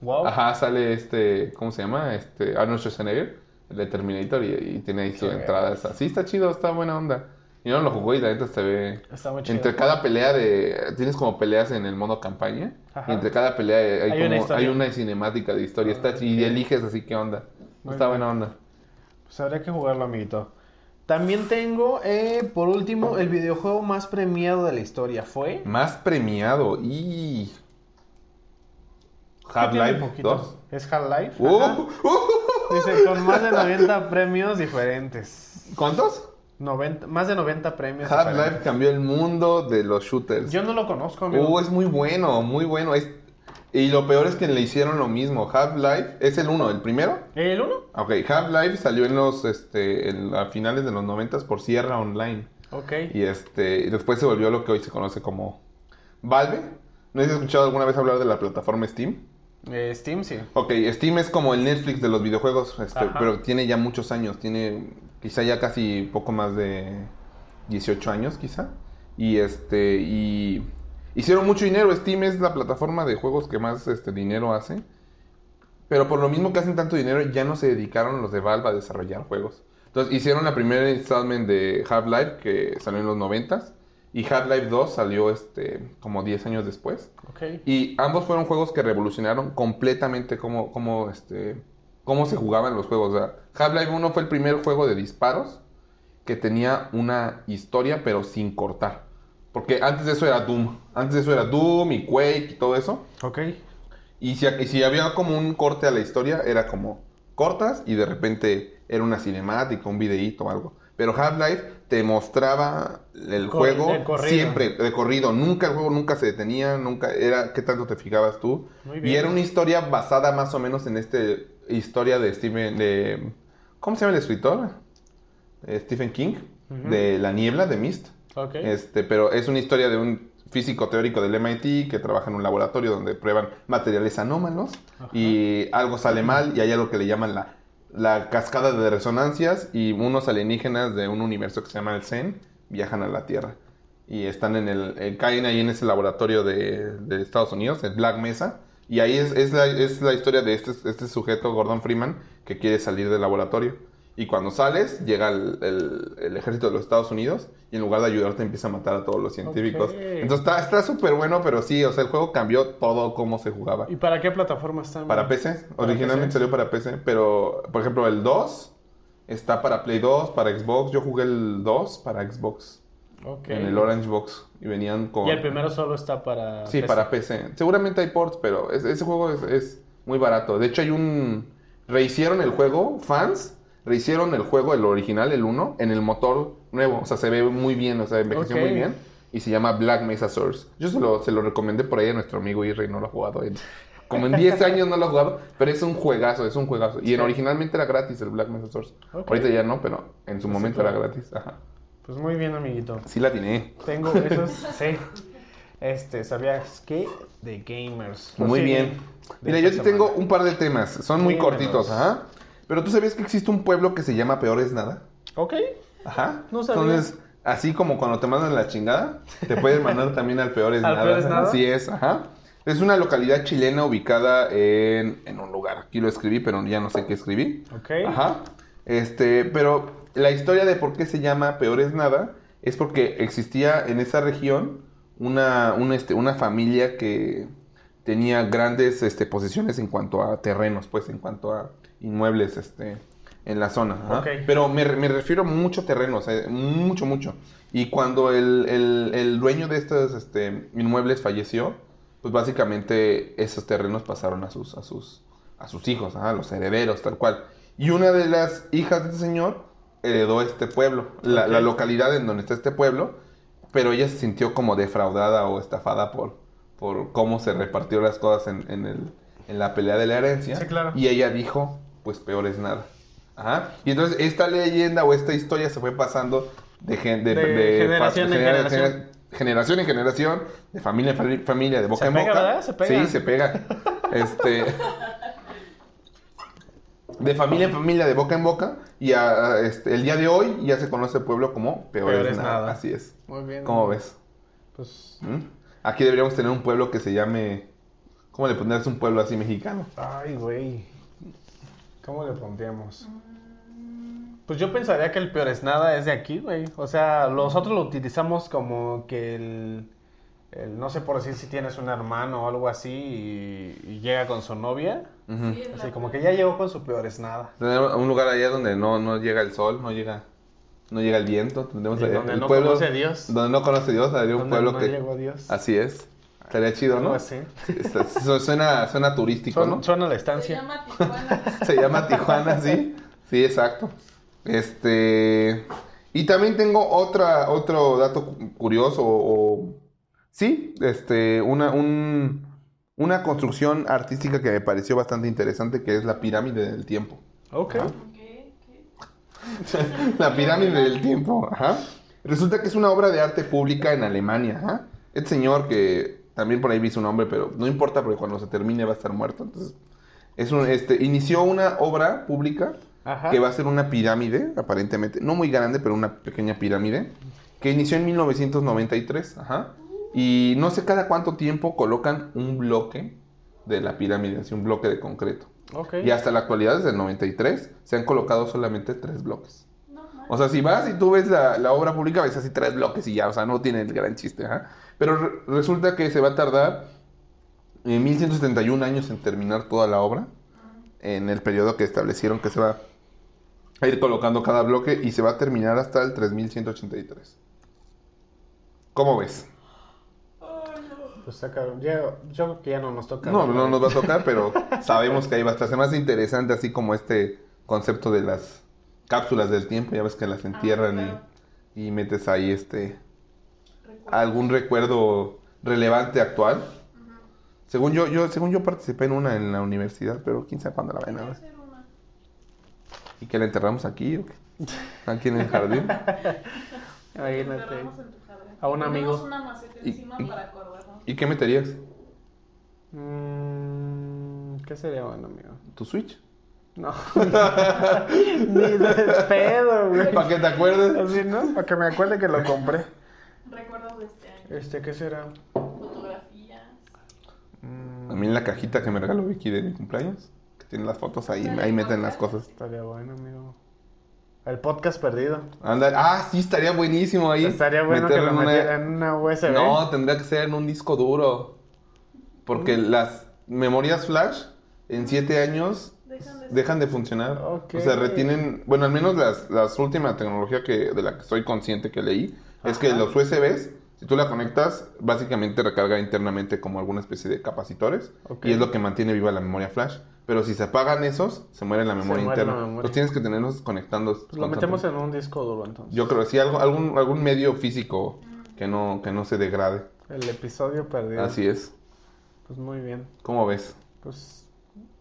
[SPEAKER 1] Wow.
[SPEAKER 2] Ajá, sale este, ¿cómo se llama? Este Arnold Schwarzenegger, el de Terminator, y, y tiene ahí su
[SPEAKER 1] Qué
[SPEAKER 2] entrada. esa. Sí, está chido, está buena onda. Y no lo jugó y la neta se ve...
[SPEAKER 1] Está muy chido.
[SPEAKER 2] Entre cada pelea de... Tienes como peleas en el modo campaña.
[SPEAKER 1] Ajá.
[SPEAKER 2] Y entre cada pelea
[SPEAKER 1] Hay
[SPEAKER 2] hay, como...
[SPEAKER 1] una historia. Ah,
[SPEAKER 2] hay una cinemática de historia. está, chi- Y
[SPEAKER 1] ok.
[SPEAKER 2] eliges así qué onda.
[SPEAKER 1] Muy
[SPEAKER 2] está
[SPEAKER 1] bien.
[SPEAKER 2] buena onda.
[SPEAKER 1] Pues habría que jugarlo, amiguito. También tengo, eh, por último, el videojuego más premiado de la historia. Fue
[SPEAKER 2] Más premiado. Y.
[SPEAKER 1] Sí, tiene
[SPEAKER 2] Half-Life
[SPEAKER 1] poquito.
[SPEAKER 2] 2.
[SPEAKER 1] Es Half-Life.
[SPEAKER 2] Uh,
[SPEAKER 1] ajá.
[SPEAKER 2] uh,
[SPEAKER 1] Dice, con más de 90 premios diferentes.
[SPEAKER 2] ¿Cuántos?
[SPEAKER 1] 90, más de 90 premios
[SPEAKER 2] Half-Life
[SPEAKER 1] diferentes.
[SPEAKER 2] cambió el mundo de los shooters.
[SPEAKER 1] Yo no lo conozco, amigo.
[SPEAKER 2] Uh, es muy bueno, muy bueno. Es... Y lo peor es que le hicieron lo mismo. Half-Life es el uno, el primero.
[SPEAKER 1] ¿El 1?
[SPEAKER 2] Ok, Half-Life salió en los, este, en- a finales de los 90 por Sierra Online.
[SPEAKER 1] Ok.
[SPEAKER 2] Y este, y después se volvió lo que hoy se conoce como Valve. ¿No has escuchado alguna vez hablar de la plataforma Steam?
[SPEAKER 1] Eh, Steam, sí.
[SPEAKER 2] Ok, Steam es como el Netflix de los videojuegos, este,
[SPEAKER 1] Ajá.
[SPEAKER 2] pero tiene ya muchos años, tiene quizá ya casi poco más de 18 años quizá. Y este, y hicieron mucho dinero, Steam es la plataforma de juegos que más este, dinero hace, pero por lo mismo que hacen tanto dinero ya no se dedicaron los de Valve a desarrollar juegos. Entonces hicieron la primera installment de Half-Life que salió en los 90s y Half-Life 2 salió este, como 10 años después.
[SPEAKER 1] Ok.
[SPEAKER 2] Y ambos fueron juegos que revolucionaron completamente cómo, cómo, este, cómo se jugaban los juegos. O sea, Half-Life 1 fue el primer juego de disparos que tenía una historia, pero sin cortar. Porque antes de eso era Doom. Antes de eso era Doom y Quake y todo eso.
[SPEAKER 1] Ok.
[SPEAKER 2] Y si, y si había como un corte a la historia, era como cortas y de repente era una cinemática, un videíto o algo. Pero Half-Life te mostraba el
[SPEAKER 1] Cor-
[SPEAKER 2] juego
[SPEAKER 1] de corrido.
[SPEAKER 2] siempre, de corrido. Nunca el juego nunca se detenía, nunca era qué tanto te fijabas tú.
[SPEAKER 1] Muy bien.
[SPEAKER 2] Y era una historia basada más o menos en esta historia de Stephen, de, ¿cómo se llama el escritor? Eh, Stephen King,
[SPEAKER 1] Ujú.
[SPEAKER 2] de La Niebla, de Mist.
[SPEAKER 1] Ok.
[SPEAKER 2] Este, pero es una historia de un físico teórico del MIT que trabaja en un laboratorio donde prueban materiales anómalos
[SPEAKER 1] Ajá.
[SPEAKER 2] y algo sale mal y hay algo que le llaman la, la cascada de resonancias y unos alienígenas de un universo que se llama el Zen viajan a la Tierra y están en el, eh, caen ahí en ese laboratorio de, de Estados Unidos, el Black Mesa. Y ahí es, es la, es la historia de este, este sujeto, Gordon Freeman, que quiere salir del laboratorio. Y cuando sales, llega el, el- el ejército de los Estados Unidos y en lugar de ayudarte empieza a matar a todos los científicos.
[SPEAKER 1] Ok.
[SPEAKER 2] Entonces está está súper bueno, pero sí, o sea, el juego cambió todo cómo se jugaba.
[SPEAKER 1] ¿Y para qué plataforma están?
[SPEAKER 2] Para PC,
[SPEAKER 1] Para
[SPEAKER 2] originalmente
[SPEAKER 1] PC.
[SPEAKER 2] salió para PC, pero por ejemplo el 2 está para Play 2, para Xbox. Yo jugué el 2 para Xbox
[SPEAKER 1] Ok.
[SPEAKER 2] en el Orange Box y venían con...
[SPEAKER 1] Y el primero solo está para.
[SPEAKER 2] Sí,
[SPEAKER 1] PC.
[SPEAKER 2] para PC. Seguramente hay ports, pero es- ese juego es, es muy barato. De hecho, hay un... Rehicieron el juego, fans, rehicieron el juego, el original, el 1, en el motor nuevo. O sea, se ve muy bien, o sea, envejeció
[SPEAKER 1] Ok.
[SPEAKER 2] muy bien. Y se llama Black Mesa Source. Yo se lo, se lo recomendé por ahí a nuestro amigo Irre y no lo ha jugado. En- como en 10 años no lo ha jugado, pero es un juegazo, es un juegazo. Y en- originalmente era gratis el Black Mesa Source.
[SPEAKER 1] Ok.
[SPEAKER 2] Ahorita ya no, pero en su
[SPEAKER 1] Pues sí,
[SPEAKER 2] momento
[SPEAKER 1] claro.
[SPEAKER 2] era gratis. Ajá.
[SPEAKER 1] Pues muy bien, amiguito.
[SPEAKER 2] Sí la tiene.
[SPEAKER 1] Tengo esos, sí. Este, ¿sabías qué? De gamers.
[SPEAKER 2] Pues Muy
[SPEAKER 1] Sí,
[SPEAKER 2] bien.
[SPEAKER 1] de
[SPEAKER 2] Mira, yo sí
[SPEAKER 1] esta
[SPEAKER 2] tengo
[SPEAKER 1] semana.
[SPEAKER 2] un par de temas. Son muy
[SPEAKER 1] Dímelos.
[SPEAKER 2] cortitos, ajá. Pero tú sabías que existe un pueblo que se llama Peor es Nada.
[SPEAKER 1] Ok.
[SPEAKER 2] Ajá.
[SPEAKER 1] No sabía.
[SPEAKER 2] Entonces, así como cuando te mandan la chingada, te pueden mandar también al Peor es
[SPEAKER 1] ¿Al
[SPEAKER 2] Nada.
[SPEAKER 1] Peor es Nada?
[SPEAKER 2] Así es, ajá. Es una localidad chilena ubicada en, en un lugar. Aquí lo escribí, pero ya no sé qué escribí.
[SPEAKER 1] Ok.
[SPEAKER 2] Ajá. Este, pero la historia de por qué se llama Peor es Nada es porque existía en esa región una, un, este, una familia que tenía grandes este, posesiones en cuanto a terrenos, pues, en cuanto a inmuebles este, en la zona. ajá.
[SPEAKER 1] Ok.
[SPEAKER 2] Pero me, re- me refiero a mucho terreno, o sea, mucho, mucho. Y cuando el, el- el dueño de estos este, inmuebles falleció, pues básicamente esos terrenos pasaron a sus, a sus, a sus hijos, ajá, a los herederos, tal cual. Y una de las hijas de este señor heredó este pueblo, la, la
[SPEAKER 1] Ok.
[SPEAKER 2] localidad en donde está este pueblo, pero ella se sintió como defraudada o estafada por, por cómo se repartió las cosas en, en el- en la pelea de la herencia.
[SPEAKER 1] Sí, claro.
[SPEAKER 2] Y ella dijo, pues peor es nada. Ajá. Y entonces esta leyenda o esta historia se fue pasando de, gen- de,
[SPEAKER 1] De
[SPEAKER 2] de-
[SPEAKER 1] generación en
[SPEAKER 2] genera-
[SPEAKER 1] generación.
[SPEAKER 2] genera- generación en generación, de familia en fami- familia, de boca
[SPEAKER 1] Se
[SPEAKER 2] en
[SPEAKER 1] pega,
[SPEAKER 2] boca.
[SPEAKER 1] ¿verdad? Se pega.
[SPEAKER 2] Sí, se pega. Este. De familia en familia, de boca en boca. Y a- a, este, el día de hoy ya se conoce el pueblo como Peor, es nada. Así es.
[SPEAKER 1] Muy bien.
[SPEAKER 2] ¿Cómo ves?
[SPEAKER 1] Pues.
[SPEAKER 2] ¿Mm? Aquí deberíamos tener un pueblo que se llame. ¿Cómo le pondrías un pueblo así mexicano?
[SPEAKER 1] Ay, güey. ¿Cómo le pondríamos?
[SPEAKER 3] Mm,
[SPEAKER 1] Pues yo pensaría que el peor es nada es de aquí, güey. O sea, nosotros lo utilizamos como que el, el- no sé por decir si tienes un hermano o algo así y, y llega con su novia.
[SPEAKER 2] Ujú.
[SPEAKER 3] sí, es
[SPEAKER 1] Así
[SPEAKER 3] la
[SPEAKER 1] como que ya
[SPEAKER 3] peor.
[SPEAKER 1] llegó con su peor es nada.
[SPEAKER 2] Tener un lugar allá donde no, no llega el sol, no llega, no llega el viento. Tendremos
[SPEAKER 1] Y
[SPEAKER 2] allá
[SPEAKER 1] eh, donde
[SPEAKER 2] Eh, el
[SPEAKER 1] no
[SPEAKER 2] pueblo-
[SPEAKER 1] conoce Dios.
[SPEAKER 2] Donde no conoce Dios, habría un
[SPEAKER 1] Donde
[SPEAKER 2] pueblo
[SPEAKER 1] no
[SPEAKER 2] que.
[SPEAKER 1] llegó Dios.
[SPEAKER 2] Así es. Estaría chido,
[SPEAKER 1] Algo
[SPEAKER 2] ¿no?
[SPEAKER 1] así.
[SPEAKER 2] Está- Este, su- Suena, suena turístico,
[SPEAKER 1] Suena,
[SPEAKER 2] ¿no?
[SPEAKER 1] suena la
[SPEAKER 3] Se
[SPEAKER 1] estancia.
[SPEAKER 3] llama Tijuana.
[SPEAKER 2] Se llama Tijuana, sí. Sí, exacto. Este. Y también tengo otra, otro dato cu- curioso. O, o- sí, este, una, un- una construcción artística que me pareció bastante interesante, que es la pirámide del tiempo.
[SPEAKER 1] Ok.
[SPEAKER 3] Ok, ok.
[SPEAKER 2] La pirámide del tiempo, ajá. Resulta que es una obra de arte pública en Alemania, ajá. Este señor que también por ahí vi su nombre, pero no importa porque cuando se termine va a estar muerto. Entonces, es un, este, inició una obra pública
[SPEAKER 1] Ajá.
[SPEAKER 2] que va a ser una pirámide, aparentemente, no muy grande, pero una pequeña pirámide, que inició en 1993, ajá. Y no sé cada cuánto tiempo colocan un bloque de la pirámide, así un bloque de concreto.
[SPEAKER 1] Ok.
[SPEAKER 2] Y hasta la actualidad, desde el 93, se han colocado solamente tres bloques.
[SPEAKER 3] No manches.
[SPEAKER 2] O sea, si vas y tú ves la, la obra pública, ves así tres bloques y ya, o sea, no tiene el gran chiste, ajá. Pero re- resulta que se va a tardar eh, 1171 años en terminar toda la obra, en el periodo que establecieron que se va a ir colocando cada bloque y se va a terminar hasta el 3183. ¿Cómo ves?
[SPEAKER 3] Ay, no.
[SPEAKER 1] Pues está cabrón. Ya- yo creo que ya no nos toca.
[SPEAKER 2] No, no nos va a tocar, pero sabemos que ahí va a estar. Se me hace interesante así como este concepto de las cápsulas del tiempo, ya ves que las entierran y-
[SPEAKER 3] claro.
[SPEAKER 2] y metes ahí este...
[SPEAKER 3] Recuerdo.
[SPEAKER 2] algún recuerdo relevante actual.
[SPEAKER 3] Ujú.
[SPEAKER 2] Según yo, yo, según yo participé en una en la universidad, pero quién sabe cuándo la vayan a
[SPEAKER 3] Podría
[SPEAKER 2] ver.
[SPEAKER 3] ser una.
[SPEAKER 2] ¿Y que la enterramos aquí o qué? Aquí en el jardín.
[SPEAKER 1] Imagínate.
[SPEAKER 3] Enterramos en tu jardín.
[SPEAKER 1] A un amigo.
[SPEAKER 3] Ponemos una maceta
[SPEAKER 2] Y-
[SPEAKER 3] encima
[SPEAKER 2] y-
[SPEAKER 3] para acordarnos.
[SPEAKER 2] ¿Y qué meterías?
[SPEAKER 1] Mm, ¿Qué sería bueno, amigo?
[SPEAKER 2] ¿Tu Switch?
[SPEAKER 1] No. Ni de pedo, güey.
[SPEAKER 2] Para que te acuerdes.
[SPEAKER 1] Así, ¿no? Para que me acuerde que lo compré.
[SPEAKER 3] Recuerdos de este año.
[SPEAKER 1] Este, ¿qué será?
[SPEAKER 3] Fotografías.
[SPEAKER 1] Mm,
[SPEAKER 2] También la cajita que me regaló Vicky de mi cumpleaños. Que tiene las fotos ahí,
[SPEAKER 3] La de
[SPEAKER 2] ahí meten las
[SPEAKER 3] podcast.
[SPEAKER 2] cosas.
[SPEAKER 1] estaría bueno, amigo. El podcast perdido.
[SPEAKER 2] Anda, ah, sí, estaría buenísimo ahí.
[SPEAKER 1] Estaría bueno que
[SPEAKER 2] meterlo
[SPEAKER 1] lo
[SPEAKER 2] en una-
[SPEAKER 1] metieran en una USB.
[SPEAKER 2] No, tendría que ser en un disco duro. Porque
[SPEAKER 1] Mm.
[SPEAKER 2] las memorias flash en siete años
[SPEAKER 3] Dejan de ser.
[SPEAKER 2] dejan de funcionar.
[SPEAKER 1] Ok.
[SPEAKER 2] O sea, retienen, bueno, al menos las, las últimas tecnologías que, de la que soy consciente que leí, es que
[SPEAKER 1] Ajá.
[SPEAKER 2] los USBs, si tú la conectas, básicamente recarga internamente como alguna especie de capacitores
[SPEAKER 1] Ok.
[SPEAKER 2] y es lo que mantiene viva la memoria flash. Pero si se apagan esos, se muere la
[SPEAKER 1] muere
[SPEAKER 2] memoria
[SPEAKER 1] la
[SPEAKER 2] interna.
[SPEAKER 1] memoria.
[SPEAKER 2] Los tienes que tenerlos conectando.
[SPEAKER 1] Pues lo metemos en un disco duro, entonces.
[SPEAKER 2] Yo creo, sí, algo, algún, algún medio físico
[SPEAKER 3] Mm.
[SPEAKER 2] que no, que no se degrade.
[SPEAKER 1] El episodio perdido.
[SPEAKER 2] Así es.
[SPEAKER 1] Pues muy bien.
[SPEAKER 2] ¿Cómo ves?
[SPEAKER 1] Pues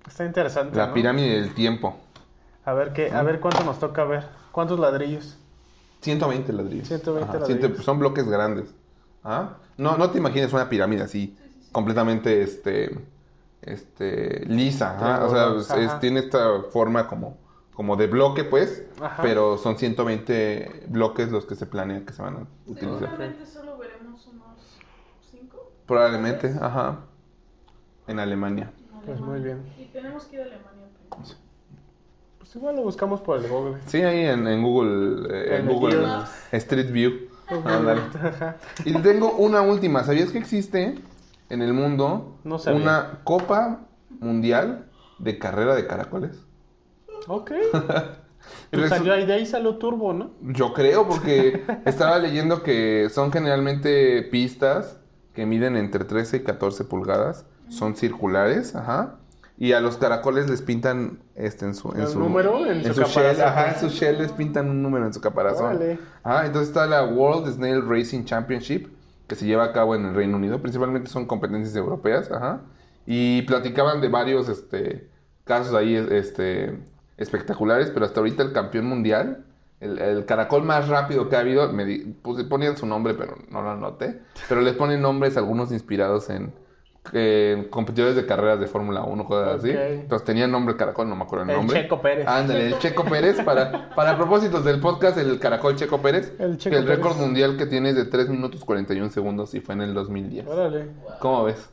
[SPEAKER 1] está interesante,
[SPEAKER 2] La
[SPEAKER 1] ¿no?
[SPEAKER 2] pirámide del tiempo.
[SPEAKER 1] A ver qué, a ver cuánto nos toca ver. ¿Cuántos ladrillos?
[SPEAKER 2] 120 ladrillos.
[SPEAKER 1] 120
[SPEAKER 2] Ajá,
[SPEAKER 1] ladrillos.
[SPEAKER 2] ciento- son bloques grandes. ¿Ah? No, no te imagines una pirámide así,
[SPEAKER 3] Sí, sí, sí.
[SPEAKER 2] completamente este, este, lisa. ¿ah?
[SPEAKER 1] Triangular,
[SPEAKER 2] O sea, es-
[SPEAKER 1] ajá.
[SPEAKER 2] tiene esta forma como, como de bloque, pues,
[SPEAKER 1] Ajá.
[SPEAKER 2] pero son 120 bloques los que se planean que se van a utilizar.
[SPEAKER 3] Seguramente solo veremos unos cinco.
[SPEAKER 2] Probablemente, ajá, en Alemania.
[SPEAKER 3] en
[SPEAKER 1] Pues muy
[SPEAKER 3] Alemania.
[SPEAKER 1] bien.
[SPEAKER 3] Y tenemos que ir a Alemania primero.
[SPEAKER 1] Pues igual lo buscamos por el Google.
[SPEAKER 2] Sí, ahí en, en Google, eh, en
[SPEAKER 1] En el
[SPEAKER 2] Google
[SPEAKER 1] Google
[SPEAKER 3] Maps.
[SPEAKER 2] Street View. Ándale.
[SPEAKER 1] Ajá.
[SPEAKER 2] Y tengo una última. ¿Sabías que existe en el mundo
[SPEAKER 1] No sabía.
[SPEAKER 2] una Copa Mundial de Carrera de Caracoles?
[SPEAKER 1] Ok.
[SPEAKER 2] Y
[SPEAKER 1] Pues
[SPEAKER 2] resu-
[SPEAKER 1] salió ahí, de ahí salió Turbo, ¿no?
[SPEAKER 2] Yo creo, porque estaba leyendo que son generalmente pistas que miden entre 13 y 14 pulgadas, son circulares, ajá. Y a los caracoles les pintan este en su en
[SPEAKER 1] ¿El
[SPEAKER 2] su
[SPEAKER 1] número? En
[SPEAKER 2] en,
[SPEAKER 1] su
[SPEAKER 2] su, shell,
[SPEAKER 1] caparazón.
[SPEAKER 2] ajá, en su shell les pintan un número en su caparazón.
[SPEAKER 1] Órale.
[SPEAKER 2] Ajá, Ah, entonces está la World Snail Racing Championship que se lleva a cabo en el Reino Unido, principalmente son competencias europeas, ajá. Y platicaban de varios este casos ahí este espectaculares, pero hasta ahorita el campeón mundial el, el caracol más rápido que ha habido, me di- puse- ponían su nombre, pero no lo anoté. Pero les ponen nombres algunos inspirados en, en competidores de carreras de Fórmula 1, cosas
[SPEAKER 1] Ok.
[SPEAKER 2] así. Entonces tenían nombre el caracol, no me acuerdo el,
[SPEAKER 1] El
[SPEAKER 2] nombre. Ah.
[SPEAKER 1] Checo Pérez.
[SPEAKER 2] Ándale, el Checo Pérez. Para, para propósitos del podcast, el caracol Checo Pérez.
[SPEAKER 1] El Checo
[SPEAKER 2] que el récord
[SPEAKER 1] Pérez.
[SPEAKER 2] mundial que tiene es de 3 minutos 41 segundos y fue en el 2010.
[SPEAKER 1] Órale.
[SPEAKER 2] ¿Cómo ves?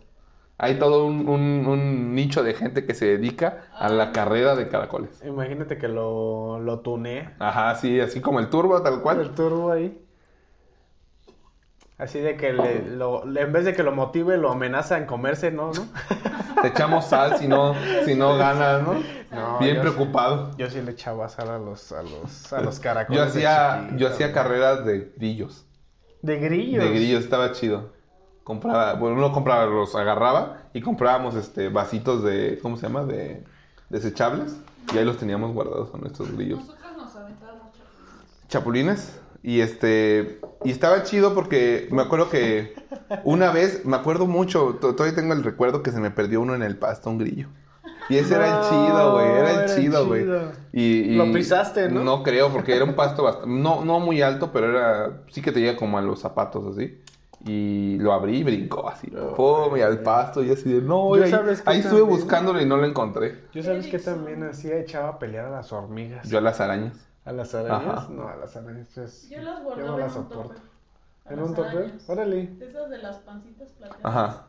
[SPEAKER 2] Hay todo un, un- un nicho de gente que se dedica a la carrera de caracoles.
[SPEAKER 1] Imagínate que lo, lo tuné.
[SPEAKER 2] Ajá, sí, así como el turbo, tal cual.
[SPEAKER 1] El turbo ahí. Así de que le- lo- le- en vez de que lo motive, lo amenaza en comerse, ¿no? ¿No?
[SPEAKER 2] Te echamos sal si no, si no ganas, ¿no?
[SPEAKER 1] No,
[SPEAKER 2] Bien
[SPEAKER 1] yo
[SPEAKER 2] preocupado.
[SPEAKER 1] Yo sí le echaba sal a los, a los, a los caracoles.
[SPEAKER 2] Yo
[SPEAKER 1] de
[SPEAKER 2] hacía,
[SPEAKER 1] chiquito,
[SPEAKER 2] yo hacía
[SPEAKER 1] güey.
[SPEAKER 2] carreras de grillos.
[SPEAKER 1] De grillos.
[SPEAKER 2] De grillos, estaba chido. Compraba, bueno, no compraba, los agarraba y comprábamos este vasitos de, ¿cómo se llama? De desechables. Y ahí los teníamos guardados a nuestros grillos.
[SPEAKER 3] Nosotras nos aventábamos chapulines.
[SPEAKER 2] chapulines y este y estaba chido porque me acuerdo que una vez me acuerdo mucho to- todavía tengo el recuerdo que se me perdió uno en el pasto un grillo y ese era el chido güey era el
[SPEAKER 1] No, era el
[SPEAKER 2] chido güey
[SPEAKER 1] chido.
[SPEAKER 2] y, y-
[SPEAKER 1] Lo pisaste, ¿no?
[SPEAKER 2] no creo porque era un pasto bast- no no muy alto pero era sí que te llega como a los zapatos así y lo abrí y brincó así pum y al pasto y así de no
[SPEAKER 1] Oh, Yo
[SPEAKER 2] y ahí,
[SPEAKER 1] sabes que
[SPEAKER 2] ahí estuve
[SPEAKER 1] también-
[SPEAKER 2] buscándolo y no lo encontré
[SPEAKER 1] Yo sabes que también hacía, echaba a pelear a las hormigas.
[SPEAKER 2] yo a las arañas
[SPEAKER 1] ¿A las arañas?
[SPEAKER 2] Ajá.
[SPEAKER 1] No, a las arañas. pues,
[SPEAKER 3] Yo las
[SPEAKER 1] no
[SPEAKER 3] guardaba
[SPEAKER 1] las
[SPEAKER 3] en un
[SPEAKER 1] soporto.
[SPEAKER 3] tope. A
[SPEAKER 1] ¿En
[SPEAKER 3] las
[SPEAKER 1] un tope?
[SPEAKER 3] arañas.
[SPEAKER 1] Órale.
[SPEAKER 3] Esas de las pancitas plateadas.
[SPEAKER 2] ajá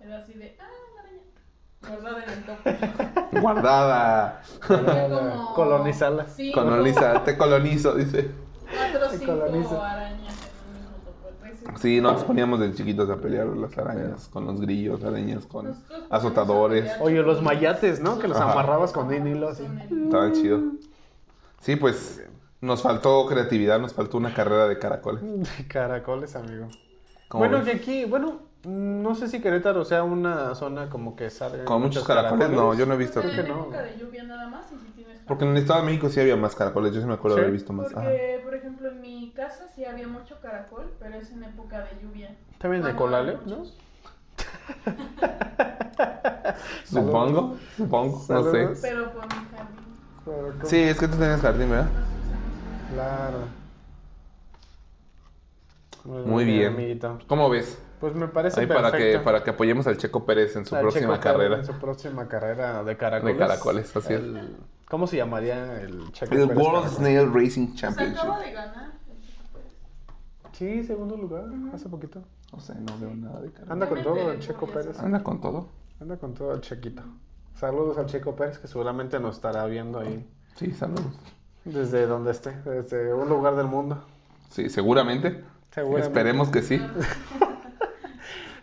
[SPEAKER 3] Era así de, ah, la araña. Guardada en el tope.
[SPEAKER 2] guardada
[SPEAKER 1] Para
[SPEAKER 3] Como-
[SPEAKER 1] colonizarla.
[SPEAKER 3] Sí,
[SPEAKER 2] Coloniza, te colonizo, dice.
[SPEAKER 3] como Cuatro o
[SPEAKER 1] Te
[SPEAKER 3] cinco
[SPEAKER 1] coloniza.
[SPEAKER 3] arañas en un mismo tope. Pues, sí.
[SPEAKER 2] Sí, nos poníamos de chiquitos a pelear las arañas, con los grillos, arañas, con
[SPEAKER 3] Nosotros nos
[SPEAKER 2] azotadores.
[SPEAKER 3] poníamos a
[SPEAKER 1] Oye, los mayates, ¿no? Que los
[SPEAKER 2] Ajá.
[SPEAKER 1] amarrabas con un hilo así.
[SPEAKER 3] Con el-
[SPEAKER 2] Estaba chido. Sí, pues nos faltó creatividad, nos faltó una carrera de caracoles.
[SPEAKER 1] De Caracoles, amigo.
[SPEAKER 2] ¿Cómo
[SPEAKER 1] Bueno,
[SPEAKER 2] ves?
[SPEAKER 1] que aquí, bueno, no sé si Querétaro sea una zona como que sale.
[SPEAKER 2] con muchos caracoles, no, yo no he visto.
[SPEAKER 3] Pero
[SPEAKER 1] que
[SPEAKER 3] en
[SPEAKER 1] no.
[SPEAKER 3] época de lluvia nada más y si tienes
[SPEAKER 2] Porque en el Estado de México sí había más caracoles, yo sí me acuerdo
[SPEAKER 1] Sí,
[SPEAKER 2] de haber visto
[SPEAKER 1] ah.
[SPEAKER 2] más. Ajá.
[SPEAKER 3] Porque, por ejemplo, en mi casa sí había mucho caracol, pero es en época de lluvia.
[SPEAKER 1] También de
[SPEAKER 3] Cuando
[SPEAKER 1] Colale,
[SPEAKER 3] hay
[SPEAKER 1] ¿no?
[SPEAKER 3] Ah, muchos.
[SPEAKER 2] Supongo, supongo, no sé.
[SPEAKER 1] Saludos.
[SPEAKER 3] Pero por mi jardín.
[SPEAKER 1] Caracol.
[SPEAKER 2] Sí, es que tú tenías jardín, ¿verdad?
[SPEAKER 1] Claro.
[SPEAKER 2] Muy bien.
[SPEAKER 1] amiguito.
[SPEAKER 2] ¿Cómo ves?
[SPEAKER 1] Pues me parece
[SPEAKER 2] Ahí
[SPEAKER 1] perfecto.
[SPEAKER 2] para que, para que apoyemos al Checo Pérez en su
[SPEAKER 1] Al
[SPEAKER 2] próxima
[SPEAKER 1] Checo Pérez
[SPEAKER 2] carrera.
[SPEAKER 1] En su próxima carrera de caracoles.
[SPEAKER 2] De caracoles, así es.
[SPEAKER 1] El- ¿Cómo se llamaría el Checo
[SPEAKER 2] El
[SPEAKER 1] Pérez
[SPEAKER 2] World
[SPEAKER 1] Caracol?
[SPEAKER 2] Snail Racing
[SPEAKER 3] Se
[SPEAKER 2] Championship.
[SPEAKER 3] acaba de ganar. el Chico pues, Pérez.
[SPEAKER 1] Sí, segundo lugar, hace poquito.
[SPEAKER 2] No sé, no veo nada de cara.
[SPEAKER 1] Anda con
[SPEAKER 3] Realmente
[SPEAKER 1] todo el
[SPEAKER 3] es
[SPEAKER 1] Checo
[SPEAKER 3] curioso.
[SPEAKER 1] Pérez.
[SPEAKER 2] Anda con todo.
[SPEAKER 1] Anda con todo el Chequito. Saludos al Checo Pérez que seguramente nos estará viendo ahí.
[SPEAKER 2] Sí, saludos.
[SPEAKER 1] Desde donde esté, desde un lugar del mundo.
[SPEAKER 2] Sí, seguramente.
[SPEAKER 1] Seguramente.
[SPEAKER 2] Esperemos que sí.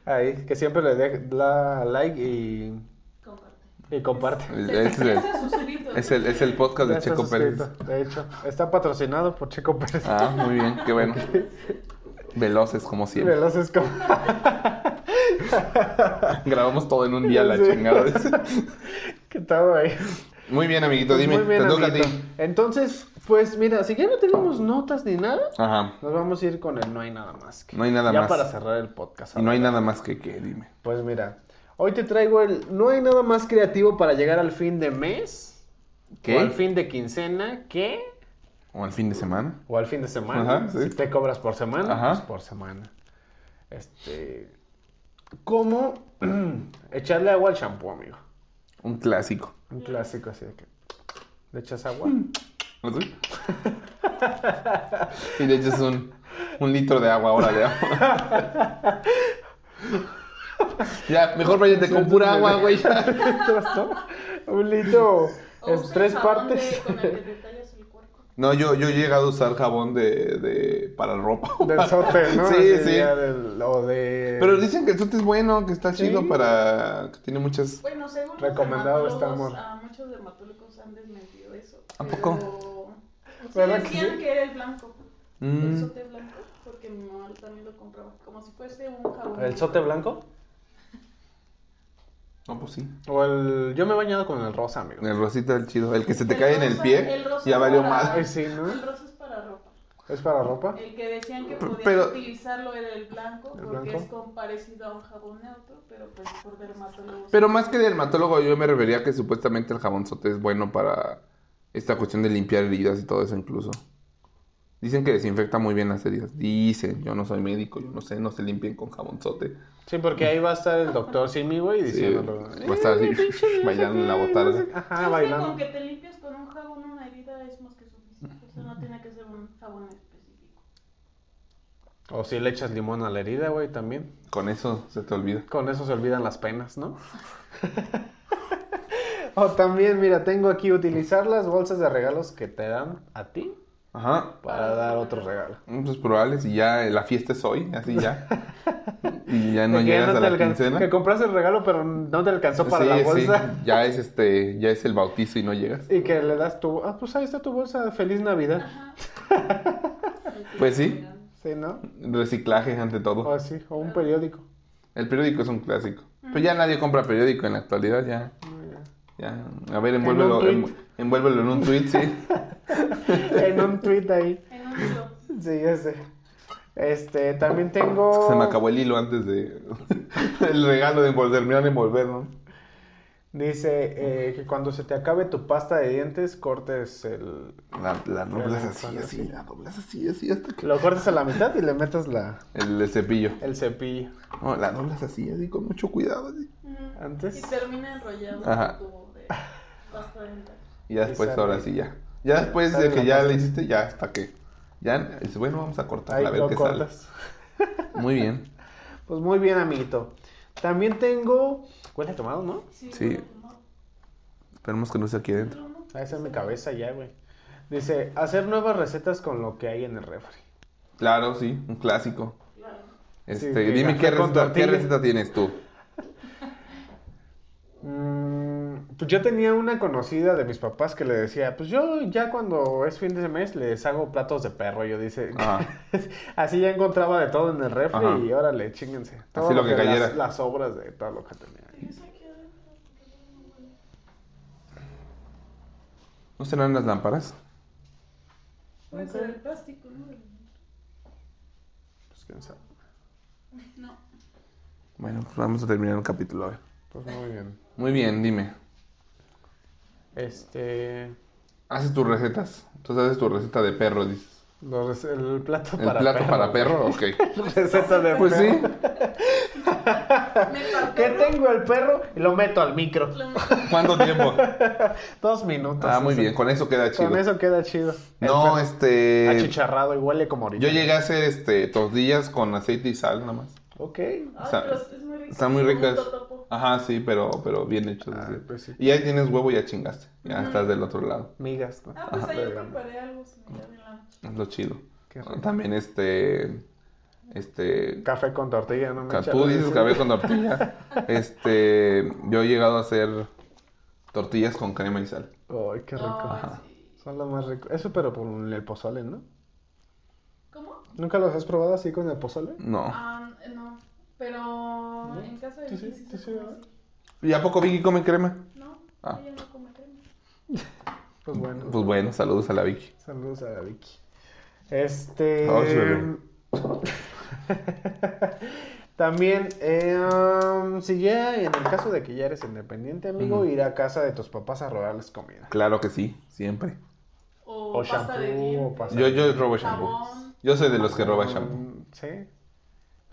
[SPEAKER 1] Ahí, que siempre le dé la like y,
[SPEAKER 3] Comparte.
[SPEAKER 1] y comparte.
[SPEAKER 2] Ese Pues, es el,
[SPEAKER 3] Está suscrito.
[SPEAKER 2] es el- es el podcast
[SPEAKER 1] Ya
[SPEAKER 2] de
[SPEAKER 1] está
[SPEAKER 2] Checo Pérez.
[SPEAKER 1] suscrito, De hecho, está patrocinado por Checo Pérez.
[SPEAKER 2] Ah, muy bien, qué bueno. Veloces como siempre.
[SPEAKER 1] Veloces como...
[SPEAKER 2] Grabamos todo en un día la
[SPEAKER 1] Sí.
[SPEAKER 2] chingada.
[SPEAKER 1] ¿Qué tal ahí?
[SPEAKER 2] Muy bien,
[SPEAKER 3] Pues
[SPEAKER 2] amiguito, dime.
[SPEAKER 1] Pues Muy bien,
[SPEAKER 2] te toca a ti.
[SPEAKER 1] amiguito. Entonces, pues mira, si ya no tenemos notas ni nada,
[SPEAKER 2] Ajá.
[SPEAKER 1] nos vamos a ir con el no hay nada más. que-
[SPEAKER 2] No hay nada
[SPEAKER 1] ya
[SPEAKER 2] más.
[SPEAKER 1] para cerrar el podcast.
[SPEAKER 2] Y no hay nada más que que, dime.
[SPEAKER 1] Pues mira, hoy te traigo el no hay nada más creativo para llegar al fin de mes,
[SPEAKER 2] ¿Qué?
[SPEAKER 1] o al fin de quincena, que
[SPEAKER 2] O al fin de semana.
[SPEAKER 1] o al fin de semana.
[SPEAKER 2] Ajá, sí.
[SPEAKER 1] Si te cobras por semana,
[SPEAKER 2] Ajá.
[SPEAKER 1] pues por semana. Este, ¿cómo echarle agua al champú, amigo?
[SPEAKER 2] Un clásico.
[SPEAKER 1] Un clásico así de que le echas agua.
[SPEAKER 2] Mm. ¿Así? Y le echas un, un litro de agua ahora de agua. ya, mejor váyate con pura agua, güey. ya.
[SPEAKER 1] Un litro
[SPEAKER 3] O
[SPEAKER 1] en
[SPEAKER 3] usa
[SPEAKER 1] tres
[SPEAKER 3] el jabón de-
[SPEAKER 1] partes.
[SPEAKER 3] Con el que te tallas el cuerpo.
[SPEAKER 2] No, yo, yo he llegado a usar jabón de, de para ropa.
[SPEAKER 1] Del sote, ¿no?
[SPEAKER 2] Sí,
[SPEAKER 1] Así
[SPEAKER 2] sí.
[SPEAKER 1] ya del- o de...
[SPEAKER 2] Pero dicen que el sote es bueno, que está chido para... que tiene muchas...
[SPEAKER 3] Bueno, según los
[SPEAKER 1] Recomendado está,
[SPEAKER 3] dermatólogos,
[SPEAKER 1] amor.
[SPEAKER 3] A muchos dermatólogos han desmentido eso.
[SPEAKER 2] ¿A poco?
[SPEAKER 3] pero- Sí,
[SPEAKER 1] ¿Verdad que
[SPEAKER 3] decían
[SPEAKER 1] sí?
[SPEAKER 3] que era el blanco.
[SPEAKER 2] Mm,
[SPEAKER 3] El sote blanco. porque mi mamá también lo compraba, como si fuese un jabón.
[SPEAKER 1] ¿El sote blanco?
[SPEAKER 2] No, pues sí.
[SPEAKER 1] O el. Yo me he bañado con el rosa, amigo.
[SPEAKER 2] El rosita del chido. El que se te
[SPEAKER 3] El
[SPEAKER 2] cae en el
[SPEAKER 3] rosa-
[SPEAKER 2] pie,
[SPEAKER 3] el rosa
[SPEAKER 2] ya valió
[SPEAKER 3] morado.
[SPEAKER 2] madre.
[SPEAKER 1] Ay, sí, ¿no?
[SPEAKER 3] El rosa es para ropa.
[SPEAKER 1] ¿Es para ropa?
[SPEAKER 3] El que decían que podían
[SPEAKER 2] Pero-
[SPEAKER 3] utilizarlo era el blanco,
[SPEAKER 1] ¿El
[SPEAKER 3] porque
[SPEAKER 1] blanco?
[SPEAKER 3] es con parecido a un jabón neutro, pero pues por dermatólogos.
[SPEAKER 2] Pero más que dermatólogo, yo me refería a que supuestamente el jabón sote es bueno para esta cuestión de limpiar heridas y todo eso incluso. Dicen que desinfecta muy bien las heridas. Dicen, yo no soy médico, yo no sé, no se limpien con jabón sote.
[SPEAKER 1] Sí, porque ahí va a estar el doctor Simi, güey,
[SPEAKER 2] Sí,
[SPEAKER 1] diciéndolo. Eh,
[SPEAKER 2] va a estar así, bailando en la botarga.
[SPEAKER 1] Ajá,
[SPEAKER 3] Yo sé,
[SPEAKER 1] bailando.
[SPEAKER 3] Con que te limpies con un jabón una herida es más que suficiente. Eso no tiene que ser un jabón específico.
[SPEAKER 1] O si le echas limón a la herida, güey, también.
[SPEAKER 2] Con eso se te olvida.
[SPEAKER 1] Con eso se olvidan las penas, ¿no? o también, mira, tengo aquí utilizar las bolsas de regalos que te dan a ti
[SPEAKER 2] Ajá.
[SPEAKER 1] para dar otro regalo.
[SPEAKER 2] Mm, Pues probables y ya eh, la fiesta es hoy, así ya. Y ya no
[SPEAKER 1] De que
[SPEAKER 2] llegas
[SPEAKER 1] no
[SPEAKER 2] a
[SPEAKER 1] te
[SPEAKER 2] la
[SPEAKER 1] alcan-
[SPEAKER 2] quincena.
[SPEAKER 1] Que compraste el regalo, pero no te alcanzó para
[SPEAKER 2] Sí,
[SPEAKER 1] la
[SPEAKER 2] sí,
[SPEAKER 1] bolsa.
[SPEAKER 2] ya es este, ya es el bautizo y no llegas.
[SPEAKER 1] Y que le das tu... Ah, pues ahí está tu bolsa. Feliz Navidad.
[SPEAKER 3] Ajá.
[SPEAKER 2] Pues sí.
[SPEAKER 1] Sí, ¿no?
[SPEAKER 2] Reciclaje ante
[SPEAKER 1] O
[SPEAKER 2] todo.
[SPEAKER 1] así, o un periódico.
[SPEAKER 2] El periódico es un clásico. Pero ya nadie compra periódico en la actualidad, ya. ya. A ver, envuélvelo
[SPEAKER 1] En
[SPEAKER 2] en,
[SPEAKER 1] un tuit.
[SPEAKER 2] envuélvelo en un tweet, sí.
[SPEAKER 1] en un tweet ahí.
[SPEAKER 3] En un hilo.
[SPEAKER 1] Sí, ya sé. Este, también
[SPEAKER 2] Es
[SPEAKER 1] tengo...
[SPEAKER 2] que se me acabó el hilo antes de el regalo de envolverme a envolver, ¿no?
[SPEAKER 1] Dice eh, que cuando se te acabe tu pasta de dientes, cortes el...
[SPEAKER 2] La, la doblas
[SPEAKER 1] Pero,
[SPEAKER 2] así,
[SPEAKER 1] cuando
[SPEAKER 2] así,
[SPEAKER 1] sí.
[SPEAKER 2] la doblas así, así hasta que.
[SPEAKER 1] Lo cortes a la mitad y le metes la...
[SPEAKER 2] El, el cepillo.
[SPEAKER 1] el cepillo.
[SPEAKER 2] No, la doblas así, así con mucho cuidado. así.
[SPEAKER 3] Mm.
[SPEAKER 1] Antes-
[SPEAKER 3] Y termina enrollado
[SPEAKER 2] Ajá.
[SPEAKER 3] en tu tubo de pasta dental.
[SPEAKER 2] Y ya después,
[SPEAKER 1] sale.
[SPEAKER 2] ahora sí, ya. Ya después
[SPEAKER 1] Sale
[SPEAKER 2] de que
[SPEAKER 1] la
[SPEAKER 2] ya
[SPEAKER 1] pasta.
[SPEAKER 2] le hiciste, ya hasta que. Ya, es bueno, vamos a cortar
[SPEAKER 1] Ahí
[SPEAKER 2] a ver
[SPEAKER 1] lo
[SPEAKER 2] qué
[SPEAKER 1] cortas.
[SPEAKER 2] sale. Muy bien.
[SPEAKER 1] Pues muy bien, amiguito. También tengo... Huele a quemado, ¿no?
[SPEAKER 3] Sí.
[SPEAKER 2] Sí.
[SPEAKER 3] bueno, como-
[SPEAKER 2] Esperemos que no sea aquí adentro.
[SPEAKER 3] pero no.
[SPEAKER 1] Ah, Esa es mi cabeza ya, güey. Dice, hacer nuevas recetas con lo que hay en el refri.
[SPEAKER 2] Claro, sí, un clásico.
[SPEAKER 3] Claro.
[SPEAKER 2] Este,
[SPEAKER 1] que
[SPEAKER 2] dime
[SPEAKER 1] café
[SPEAKER 2] qué
[SPEAKER 1] con
[SPEAKER 2] receta, qué
[SPEAKER 1] tortilla.
[SPEAKER 2] receta tienes tú.
[SPEAKER 1] Mm, pues yo tenía una conocida de mis papás que le decía, pues yo ya cuando es fin de mes les hago platos de perro. Yo dice,
[SPEAKER 2] Ajá.
[SPEAKER 1] así ya encontraba de todo en el refri
[SPEAKER 2] Ah. Ajá.
[SPEAKER 1] y órale, chinguense. Todo
[SPEAKER 2] Así lo que cayera.
[SPEAKER 1] Las, las obras de todo lo que tenía.
[SPEAKER 3] Y eso aquí adentro, porque luego no huele.
[SPEAKER 2] ¿No serán las lámparas?
[SPEAKER 3] Puede ser el plástico, ¿no?
[SPEAKER 1] Pues quién sabe.
[SPEAKER 3] No.
[SPEAKER 2] Bueno, pues vamos a terminar el capítulo. a ver.
[SPEAKER 1] Pues muy bien.
[SPEAKER 2] Muy bien, dime.
[SPEAKER 1] Este,
[SPEAKER 2] Haces tus recetas. Tú haces tu receta de perro, dices.
[SPEAKER 1] los rec- el plato
[SPEAKER 2] ¿El
[SPEAKER 1] para
[SPEAKER 2] plato
[SPEAKER 1] perro.
[SPEAKER 2] para perro? Ok.
[SPEAKER 1] Receta de
[SPEAKER 2] Pues sí.
[SPEAKER 1] perro.
[SPEAKER 3] Me faltó.
[SPEAKER 1] Que tengo el perro y lo meto al micro.
[SPEAKER 3] Lo mejor
[SPEAKER 2] ¿Cuánto tiempo?
[SPEAKER 1] Dos minutos.
[SPEAKER 2] Ah, muy
[SPEAKER 1] Eso.
[SPEAKER 2] bien. Con eso queda chido.
[SPEAKER 1] Con eso queda chido. El
[SPEAKER 2] No,
[SPEAKER 1] perro
[SPEAKER 2] este.
[SPEAKER 1] achicharrado y huele como orina.
[SPEAKER 2] Yo llegué a hacer este tortillas con aceite y sal nada más.
[SPEAKER 1] Ok.
[SPEAKER 3] Ay,
[SPEAKER 2] O sea,
[SPEAKER 3] Ah, pero es muy rico.
[SPEAKER 2] Están muy
[SPEAKER 3] Como un
[SPEAKER 2] ricas.
[SPEAKER 3] totopo.
[SPEAKER 2] Ajá, sí, pero, pero bien hechas.
[SPEAKER 1] Ah,
[SPEAKER 2] así.
[SPEAKER 1] pues sí.
[SPEAKER 2] Y ahí tienes huevo y ya chingaste. Ya
[SPEAKER 3] Ujú.
[SPEAKER 2] estás del otro lado.
[SPEAKER 1] Migas, ¿no?
[SPEAKER 3] Ah, pues ahí yo
[SPEAKER 1] Verga.
[SPEAKER 3] preparé algo similar en la noche.
[SPEAKER 2] Es lo chido.
[SPEAKER 1] Qué rico.
[SPEAKER 2] También este. Este.
[SPEAKER 1] Café con tortilla, no me
[SPEAKER 2] ca-
[SPEAKER 1] echa
[SPEAKER 2] Tú
[SPEAKER 1] la
[SPEAKER 2] dices
[SPEAKER 1] atención.
[SPEAKER 2] café con tortilla. este. Yo he llegado a hacer tortillas con crema y sal.
[SPEAKER 1] Ay, qué rico.
[SPEAKER 3] Ay,
[SPEAKER 2] Ajá.
[SPEAKER 3] sí.
[SPEAKER 1] Son lo más rico. Eso pero con el pozole, ¿no?
[SPEAKER 3] ¿Cómo?
[SPEAKER 2] Oh.
[SPEAKER 1] ¿Nunca los has probado así con el pozole?
[SPEAKER 2] No.
[SPEAKER 3] Ah, no. Pero en casa de
[SPEAKER 1] ¿Tú sí?
[SPEAKER 3] Vicky sí
[SPEAKER 1] ¿Tú
[SPEAKER 3] se
[SPEAKER 1] sí,
[SPEAKER 3] come
[SPEAKER 1] verdad?
[SPEAKER 3] así.
[SPEAKER 2] ¿Y a poco Vicky come crema?
[SPEAKER 3] No,
[SPEAKER 2] Ah.
[SPEAKER 3] ella no come crema.
[SPEAKER 1] Pues bueno.
[SPEAKER 2] Pues bueno, saludos a la Vicky.
[SPEAKER 1] Saludos a Vicky. Este.
[SPEAKER 2] Ah, sí, bebé.
[SPEAKER 1] También, eh, um, si ya en el caso de que ya eres independiente, amigo,
[SPEAKER 2] Ujú.
[SPEAKER 1] ir a casa de tus papás a robarles comida.
[SPEAKER 2] Claro que sí, siempre.
[SPEAKER 3] O,
[SPEAKER 1] O
[SPEAKER 3] pasta de
[SPEAKER 1] shampoo,
[SPEAKER 3] dientes.
[SPEAKER 1] o pasta-
[SPEAKER 2] Yo, yo robo shampoo.
[SPEAKER 3] Jabón.
[SPEAKER 2] Yo soy de los que roba
[SPEAKER 1] Mm,
[SPEAKER 2] shampoo.
[SPEAKER 1] Sí.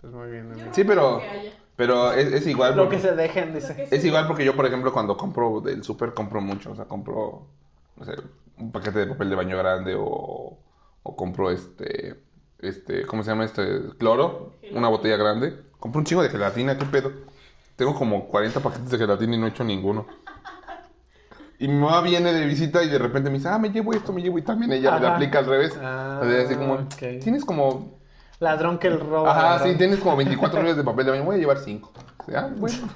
[SPEAKER 1] Pues muy bien,
[SPEAKER 3] Yo
[SPEAKER 1] amigo.
[SPEAKER 3] no
[SPEAKER 2] Sí, pero-
[SPEAKER 3] creo que haya.
[SPEAKER 2] Pero es, es igual.
[SPEAKER 1] Lo
[SPEAKER 2] porque-
[SPEAKER 1] que se dejen,
[SPEAKER 3] Lo que
[SPEAKER 1] dice.
[SPEAKER 2] Es
[SPEAKER 3] sí.
[SPEAKER 2] igual porque yo, por ejemplo, cuando compro del súper, compro mucho. O sea, compro, no sé, un paquete de papel de baño grande o, o compro este, este, ¿cómo se llama este? Cloro, una botella grande. Compro un chingo de gelatina, ¿qué pedo? Tengo como 40 paquetes de gelatina y no he hecho ninguno. Y mi mamá viene de visita y de repente me dice, ah, me llevo esto, me llevo. Y también ella me la
[SPEAKER 1] Ajá.
[SPEAKER 2] aplica al revés.
[SPEAKER 1] Ah,
[SPEAKER 2] O sea, así como,
[SPEAKER 1] ok.
[SPEAKER 2] tienes como
[SPEAKER 1] Ladrón que el roba.
[SPEAKER 2] Ajá,
[SPEAKER 1] ladrón.
[SPEAKER 2] sí, tienes como 24 rollos de papel de baño. Voy a llevar 5. bueno.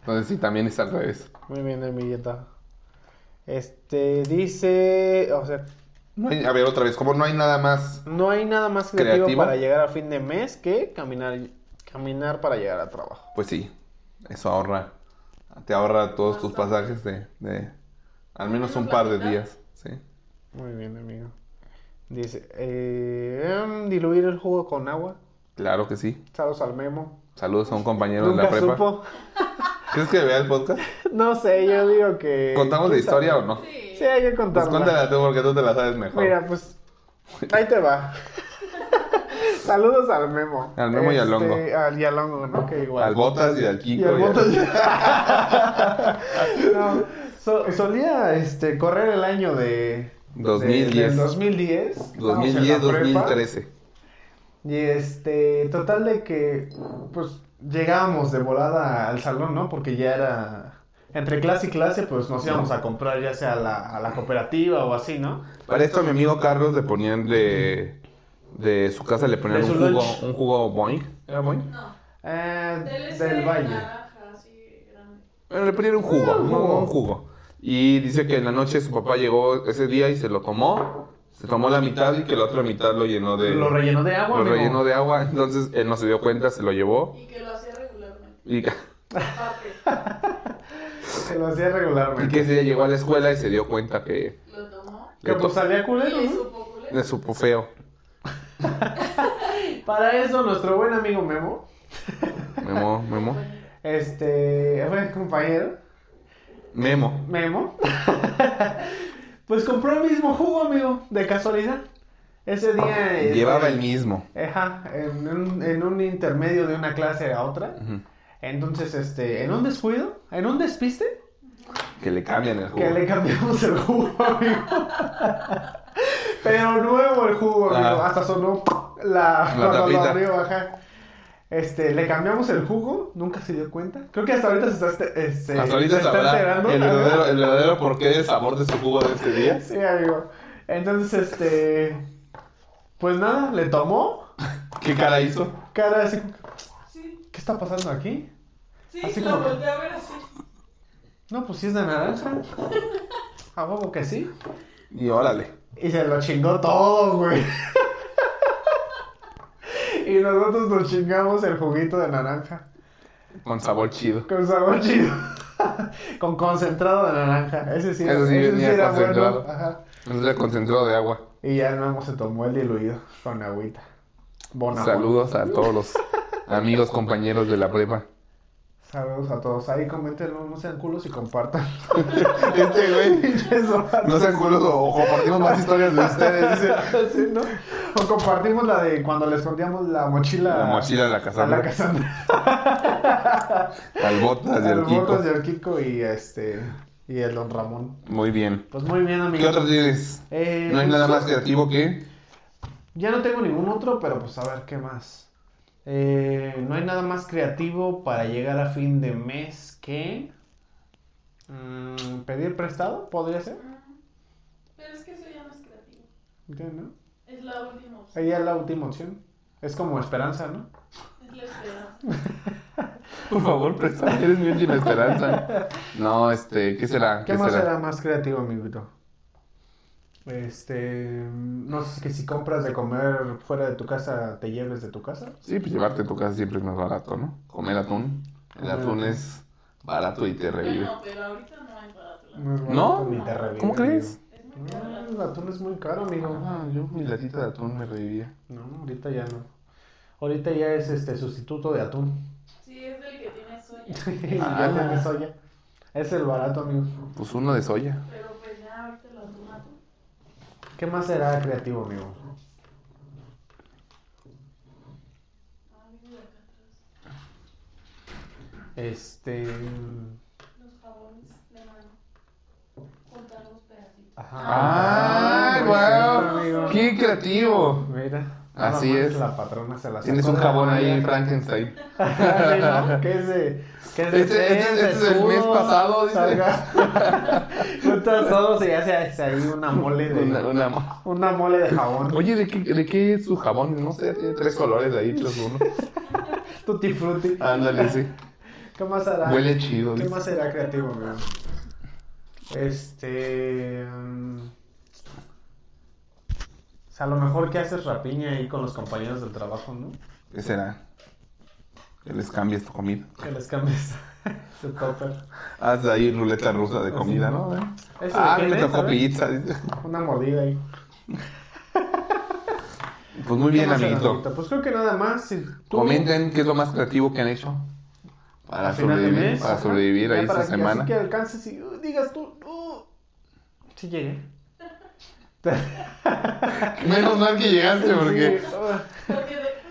[SPEAKER 2] Entonces sí, también es al revés.
[SPEAKER 1] Muy bien, amiguita. Este, dice, o sea,
[SPEAKER 2] No hay- a ver, otra vez, como no hay nada más.
[SPEAKER 1] No hay nada más creativo,
[SPEAKER 2] ¿Creativo?
[SPEAKER 1] para llegar a fin de mes que caminar, caminar para llegar al trabajo.
[SPEAKER 2] Pues sí, eso ahorra. Te ahorra todos tus pasajes de, de al menos un par de días. Sí.
[SPEAKER 1] Muy bien, amigo. Dice, eh, em, diluir el jugo con agua.
[SPEAKER 2] Claro que sí.
[SPEAKER 1] Saludos al memo.
[SPEAKER 2] Saludos a un compañero de la
[SPEAKER 1] Nunca
[SPEAKER 2] prepa.
[SPEAKER 1] supo.
[SPEAKER 2] ¿Crees que vea el podcast?
[SPEAKER 1] No sé, yo digo que...
[SPEAKER 2] ¿Contamos la historia o no?
[SPEAKER 3] Sí.
[SPEAKER 1] Sí, hay que
[SPEAKER 2] Pues
[SPEAKER 1] contarla.
[SPEAKER 2] cuéntala tú porque tú te la sabes mejor.
[SPEAKER 1] Mira, pues ahí te va. Saludos al Memo. Este,
[SPEAKER 2] Al Memo y al Longo.
[SPEAKER 1] Al, y al Longo, ¿no? Que igual.
[SPEAKER 2] al Botas y al Kiko.
[SPEAKER 1] Y al
[SPEAKER 2] y al-
[SPEAKER 1] Botas. No, so- solía este, correr el año de...
[SPEAKER 2] 2010.
[SPEAKER 1] de- del 2010. Estábamos en la
[SPEAKER 2] 2010,
[SPEAKER 1] prepa.
[SPEAKER 2] 2013.
[SPEAKER 1] Y este, total de que, pues, llegábamos de volada al salón, ¿no? Porque ya era, entre clase y clase, pues nos íbamos a comprar ya sea a la, a la cooperativa o así, ¿no?
[SPEAKER 2] Para esto a mi amigo Carlos le ponían de, de su casa le ponían
[SPEAKER 1] De
[SPEAKER 2] un
[SPEAKER 1] su
[SPEAKER 2] jugo,
[SPEAKER 1] lunch.
[SPEAKER 2] un jugo Boing. ¿Era Boing?
[SPEAKER 3] No.
[SPEAKER 1] Eh,
[SPEAKER 3] TLC
[SPEAKER 1] del Valle.
[SPEAKER 3] naranja, así grande.
[SPEAKER 2] Bueno, le ponían un
[SPEAKER 1] Ah,
[SPEAKER 2] jugo, un jugo, un jugo. Y dice que en la noche su papá llegó ese día y se lo tomó. Se tomó la mitad y que la otra mitad lo llenó de,
[SPEAKER 1] Lo rellenó de agua,
[SPEAKER 2] lo
[SPEAKER 1] amigo.
[SPEAKER 2] rellenó de agua. Entonces él no se dio cuenta, se lo llevó.
[SPEAKER 3] Y que lo hacía regularmente.
[SPEAKER 2] Y,
[SPEAKER 3] Aparte,
[SPEAKER 1] Se lo hacía
[SPEAKER 2] y
[SPEAKER 1] regularmente.
[SPEAKER 2] que ese día llegó a la escuela y se dio cuenta que
[SPEAKER 3] lo tomó
[SPEAKER 1] Que pues salía culero,
[SPEAKER 3] y
[SPEAKER 1] ¿no?
[SPEAKER 3] supo culero.
[SPEAKER 2] le supo feo.
[SPEAKER 1] Para eso, nuestro buen amigo Memo,
[SPEAKER 2] Memo, Memo.
[SPEAKER 1] este, buen compañero,
[SPEAKER 2] Memo.
[SPEAKER 1] Memo, pues compró el mismo jugo, amigo, de casualidad. Ese día... este,
[SPEAKER 2] Ah, Llevaba el mismo.
[SPEAKER 1] Ajá, en un, en un intermedio de una clase a otra.
[SPEAKER 2] Ujú.
[SPEAKER 1] Entonces, este, en un descuido, en un despiste,
[SPEAKER 2] Que le cambian el jugo.
[SPEAKER 1] que le cambiamos el jugo, amigo. Pero nuevo el jugo, amigo.
[SPEAKER 2] Ajá.
[SPEAKER 1] Hasta sonó la,
[SPEAKER 2] Ah. La
[SPEAKER 1] cuando lo
[SPEAKER 2] tapita.
[SPEAKER 1] abrió, ajá. Este, le cambiamos el jugo, nunca se dio cuenta. Creo que hasta ahorita se está, este,
[SPEAKER 2] Hasta ahorita
[SPEAKER 1] se está
[SPEAKER 2] sabrá
[SPEAKER 1] enterando,
[SPEAKER 2] el
[SPEAKER 1] ajá.
[SPEAKER 2] verdadero, el verdadero porqué del sabor de su jugo de este día.
[SPEAKER 1] Sí, amigo. Entonces, este, pues nada, le tomó.
[SPEAKER 2] ¿Qué cara hizo?
[SPEAKER 1] Cara así, como,
[SPEAKER 3] Sí,
[SPEAKER 1] ¿qué está pasando aquí?
[SPEAKER 3] sí,
[SPEAKER 1] Así
[SPEAKER 3] lo
[SPEAKER 1] como-
[SPEAKER 3] volteé a ver así.
[SPEAKER 1] No, pues sí es de naranja. A huevo que sí.
[SPEAKER 2] Y órale.
[SPEAKER 1] Y se lo chingó todo, güey. Y nosotros nos chingamos el juguito de naranja.
[SPEAKER 2] Con sabor chido.
[SPEAKER 1] Con sabor chido. Con concentrado de naranja. Ese sí,
[SPEAKER 2] Ese sí venía
[SPEAKER 1] era
[SPEAKER 2] concentrado.
[SPEAKER 1] bueno. Ajá.
[SPEAKER 2] Es el concentrado de agua.
[SPEAKER 1] Y ya no se tomó el diluido con agüita. Bonabón.
[SPEAKER 2] Saludos a todos los amigos, compañeros de la prepa.
[SPEAKER 1] Saludos a todos. Ahí coméntenlo, no sean culos y compartan.
[SPEAKER 2] Este güey.
[SPEAKER 1] Eso,
[SPEAKER 2] No sean culos o compartimos más historias de ustedes. dice.
[SPEAKER 1] Sí, ¿no? O compartimos la de cuando le escondíamos la mochila.
[SPEAKER 2] La mochila de la
[SPEAKER 1] A la
[SPEAKER 2] Cassandra.
[SPEAKER 1] Cassandra.
[SPEAKER 2] Al botas y al
[SPEAKER 1] Al Botas y
[SPEAKER 2] Kiko.
[SPEAKER 1] al Kiko y este y el Don Ramón.
[SPEAKER 2] Muy bien.
[SPEAKER 1] Pues muy bien,
[SPEAKER 2] ¿Qué
[SPEAKER 1] amigo.
[SPEAKER 2] otro tienes?
[SPEAKER 1] Eh,
[SPEAKER 2] No hay nada más creativo que.
[SPEAKER 1] Ya no tengo ningún otro, pero pues a ver qué más. Eh, no hay nada más creativo para llegar a fin de mes que mm, pedir prestado, podría ser.
[SPEAKER 3] Mm. Pero es que eso ya no es creativo.
[SPEAKER 1] Ya, ¿no?
[SPEAKER 3] Es la última opción.
[SPEAKER 1] Ahí ya es la última opción. Es como esperanza, ¿no?
[SPEAKER 3] Es la esperanza.
[SPEAKER 2] Por favor, presta. Eres mi última esperanza. No, este. ¿Qué será?
[SPEAKER 1] ¿Qué, más será más creativo, amiguito? Este, no sé, que si compras de comer fuera de tu casa, te lleves de tu casa.
[SPEAKER 2] Sí, pues llevarte a tu casa siempre es más barato, ¿no? Comer atún. El
[SPEAKER 1] Comer
[SPEAKER 2] atún
[SPEAKER 1] atún.
[SPEAKER 2] es barato y te revive.
[SPEAKER 3] Bueno, pero ahorita no hay para tu lado.
[SPEAKER 1] No, es
[SPEAKER 2] ¿No?
[SPEAKER 1] barato ni te revive,
[SPEAKER 2] ¿Cómo crees?
[SPEAKER 3] Es muy
[SPEAKER 1] amigo.
[SPEAKER 3] caro. la-
[SPEAKER 1] No, el atún es muy caro, amigo.
[SPEAKER 2] Ah, yo mi latita de atún me revivía.
[SPEAKER 1] No, ahorita ya no. Ahorita ya es este sustituto de atún.
[SPEAKER 3] Sí, es del que tiene soya.
[SPEAKER 1] Y
[SPEAKER 2] Ah.
[SPEAKER 1] ya tiene soya. Es el barato, amigo.
[SPEAKER 2] Pues uno de soya.
[SPEAKER 3] Pero pues ya ahorita lo toma tú.
[SPEAKER 1] ¿Qué más será creativo, amigo?
[SPEAKER 3] Ah, viene de acá atrás.
[SPEAKER 1] Este.
[SPEAKER 3] Los jabones de mano. Contar los pedacitos.
[SPEAKER 1] Ajá.
[SPEAKER 2] ¡Ah,
[SPEAKER 3] Pues
[SPEAKER 1] por
[SPEAKER 2] guau!
[SPEAKER 1] ejemplo, amigo.
[SPEAKER 2] ¡Qué creativo!
[SPEAKER 1] Mira. nada
[SPEAKER 2] Así
[SPEAKER 1] más
[SPEAKER 2] es.
[SPEAKER 1] La patrona se la
[SPEAKER 2] Tienes
[SPEAKER 1] sacó
[SPEAKER 2] un
[SPEAKER 1] de
[SPEAKER 2] jabón
[SPEAKER 1] la
[SPEAKER 2] ahí en
[SPEAKER 1] manga.
[SPEAKER 2] Frankenstein.
[SPEAKER 1] Sí, ¿no? ¿Qué es de.? ¿Qué es de
[SPEAKER 2] Este- este-
[SPEAKER 1] tres, de
[SPEAKER 2] este es el mes
[SPEAKER 1] escudo,
[SPEAKER 2] pasado, dice.
[SPEAKER 1] salga. Juntas todos y ya se hace ahí una mole de.
[SPEAKER 2] Una- una mo-
[SPEAKER 1] Una mole de jabón.
[SPEAKER 2] Oye, ¿de qué, ¿de qué es su jabón? No sé, tiene tres colores ahí, tres uno.
[SPEAKER 1] Tutti frutti.
[SPEAKER 2] Ándale, sí.
[SPEAKER 1] ¿Qué más hará?
[SPEAKER 2] Huele chido.
[SPEAKER 1] ¿Qué
[SPEAKER 2] dice.
[SPEAKER 1] más será creativo, amigo? Este. mm, sea, a lo mejor que haces rapiña ahí con los compañeros del trabajo, ¿no?
[SPEAKER 2] ¿Qué será? Que les cambies tu comida.
[SPEAKER 1] Que les cambies su topper.
[SPEAKER 2] Haz ahí ruleta rusa de comida, ¿no?
[SPEAKER 1] Eso
[SPEAKER 2] Ah, me
[SPEAKER 1] depende,
[SPEAKER 2] tocó
[SPEAKER 1] ¿sabes?
[SPEAKER 2] pizza. dice.
[SPEAKER 1] Una mordida ahí.
[SPEAKER 2] Pues muy bien,
[SPEAKER 1] ¿Qué más era,
[SPEAKER 2] amiguito.
[SPEAKER 1] amiguito? Pues creo que nada más. si tú-
[SPEAKER 2] Comenten qué es lo más creativo que han hecho para
[SPEAKER 1] Al final de
[SPEAKER 2] sobrevivir,
[SPEAKER 1] mes,
[SPEAKER 2] para
[SPEAKER 1] ajá.
[SPEAKER 2] sobrevivir
[SPEAKER 1] Ya
[SPEAKER 2] ahí
[SPEAKER 1] para
[SPEAKER 2] esta
[SPEAKER 1] que-
[SPEAKER 2] semana.
[SPEAKER 1] Así que alcances y uh, digas tú, no. Sí llegué.
[SPEAKER 2] Menos mal que llegaste porque
[SPEAKER 1] Sí, ah,
[SPEAKER 3] Porque de...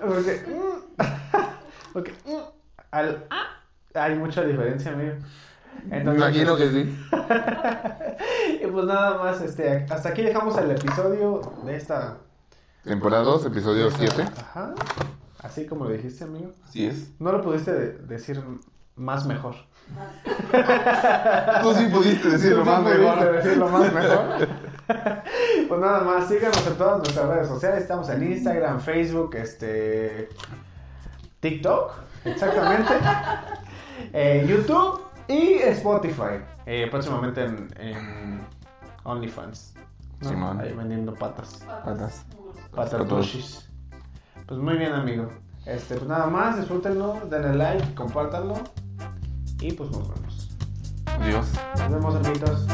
[SPEAKER 1] porque, mm, porque, mm, al ah, hay mucha diferencia, amigo.
[SPEAKER 2] me
[SPEAKER 1] Entonces,
[SPEAKER 2] imagino que sí.
[SPEAKER 1] y pues nada más, este, hasta aquí dejamos el episodio de esta.
[SPEAKER 2] Temporada 2, episodio 7.
[SPEAKER 1] Ajá. Así como lo dijiste, amigo.
[SPEAKER 2] Así es.
[SPEAKER 1] No lo pudiste de- decir más mejor.
[SPEAKER 3] ah.
[SPEAKER 2] Tú sí pudiste decirlo
[SPEAKER 1] Tú sí
[SPEAKER 2] más
[SPEAKER 1] pudiste
[SPEAKER 2] mejor.
[SPEAKER 1] decirlo más mejor. pues nada más, síganos en todas nuestras redes sociales. Estamos en Instagram, Facebook, este. TikTok, exactamente. eh, YouTube y Spotify. Eh, próximamente en, en OnlyFans. ¿no?
[SPEAKER 2] Simón.
[SPEAKER 1] Ahí vendiendo patas.
[SPEAKER 2] Patas.
[SPEAKER 1] Patatushis. Pues muy bien, amigo. Este, pues nada más, disfrútenlo, denle like, compártanlo. Y pues nos vemos.
[SPEAKER 2] Dios.
[SPEAKER 1] Nos vemos, amiguitos.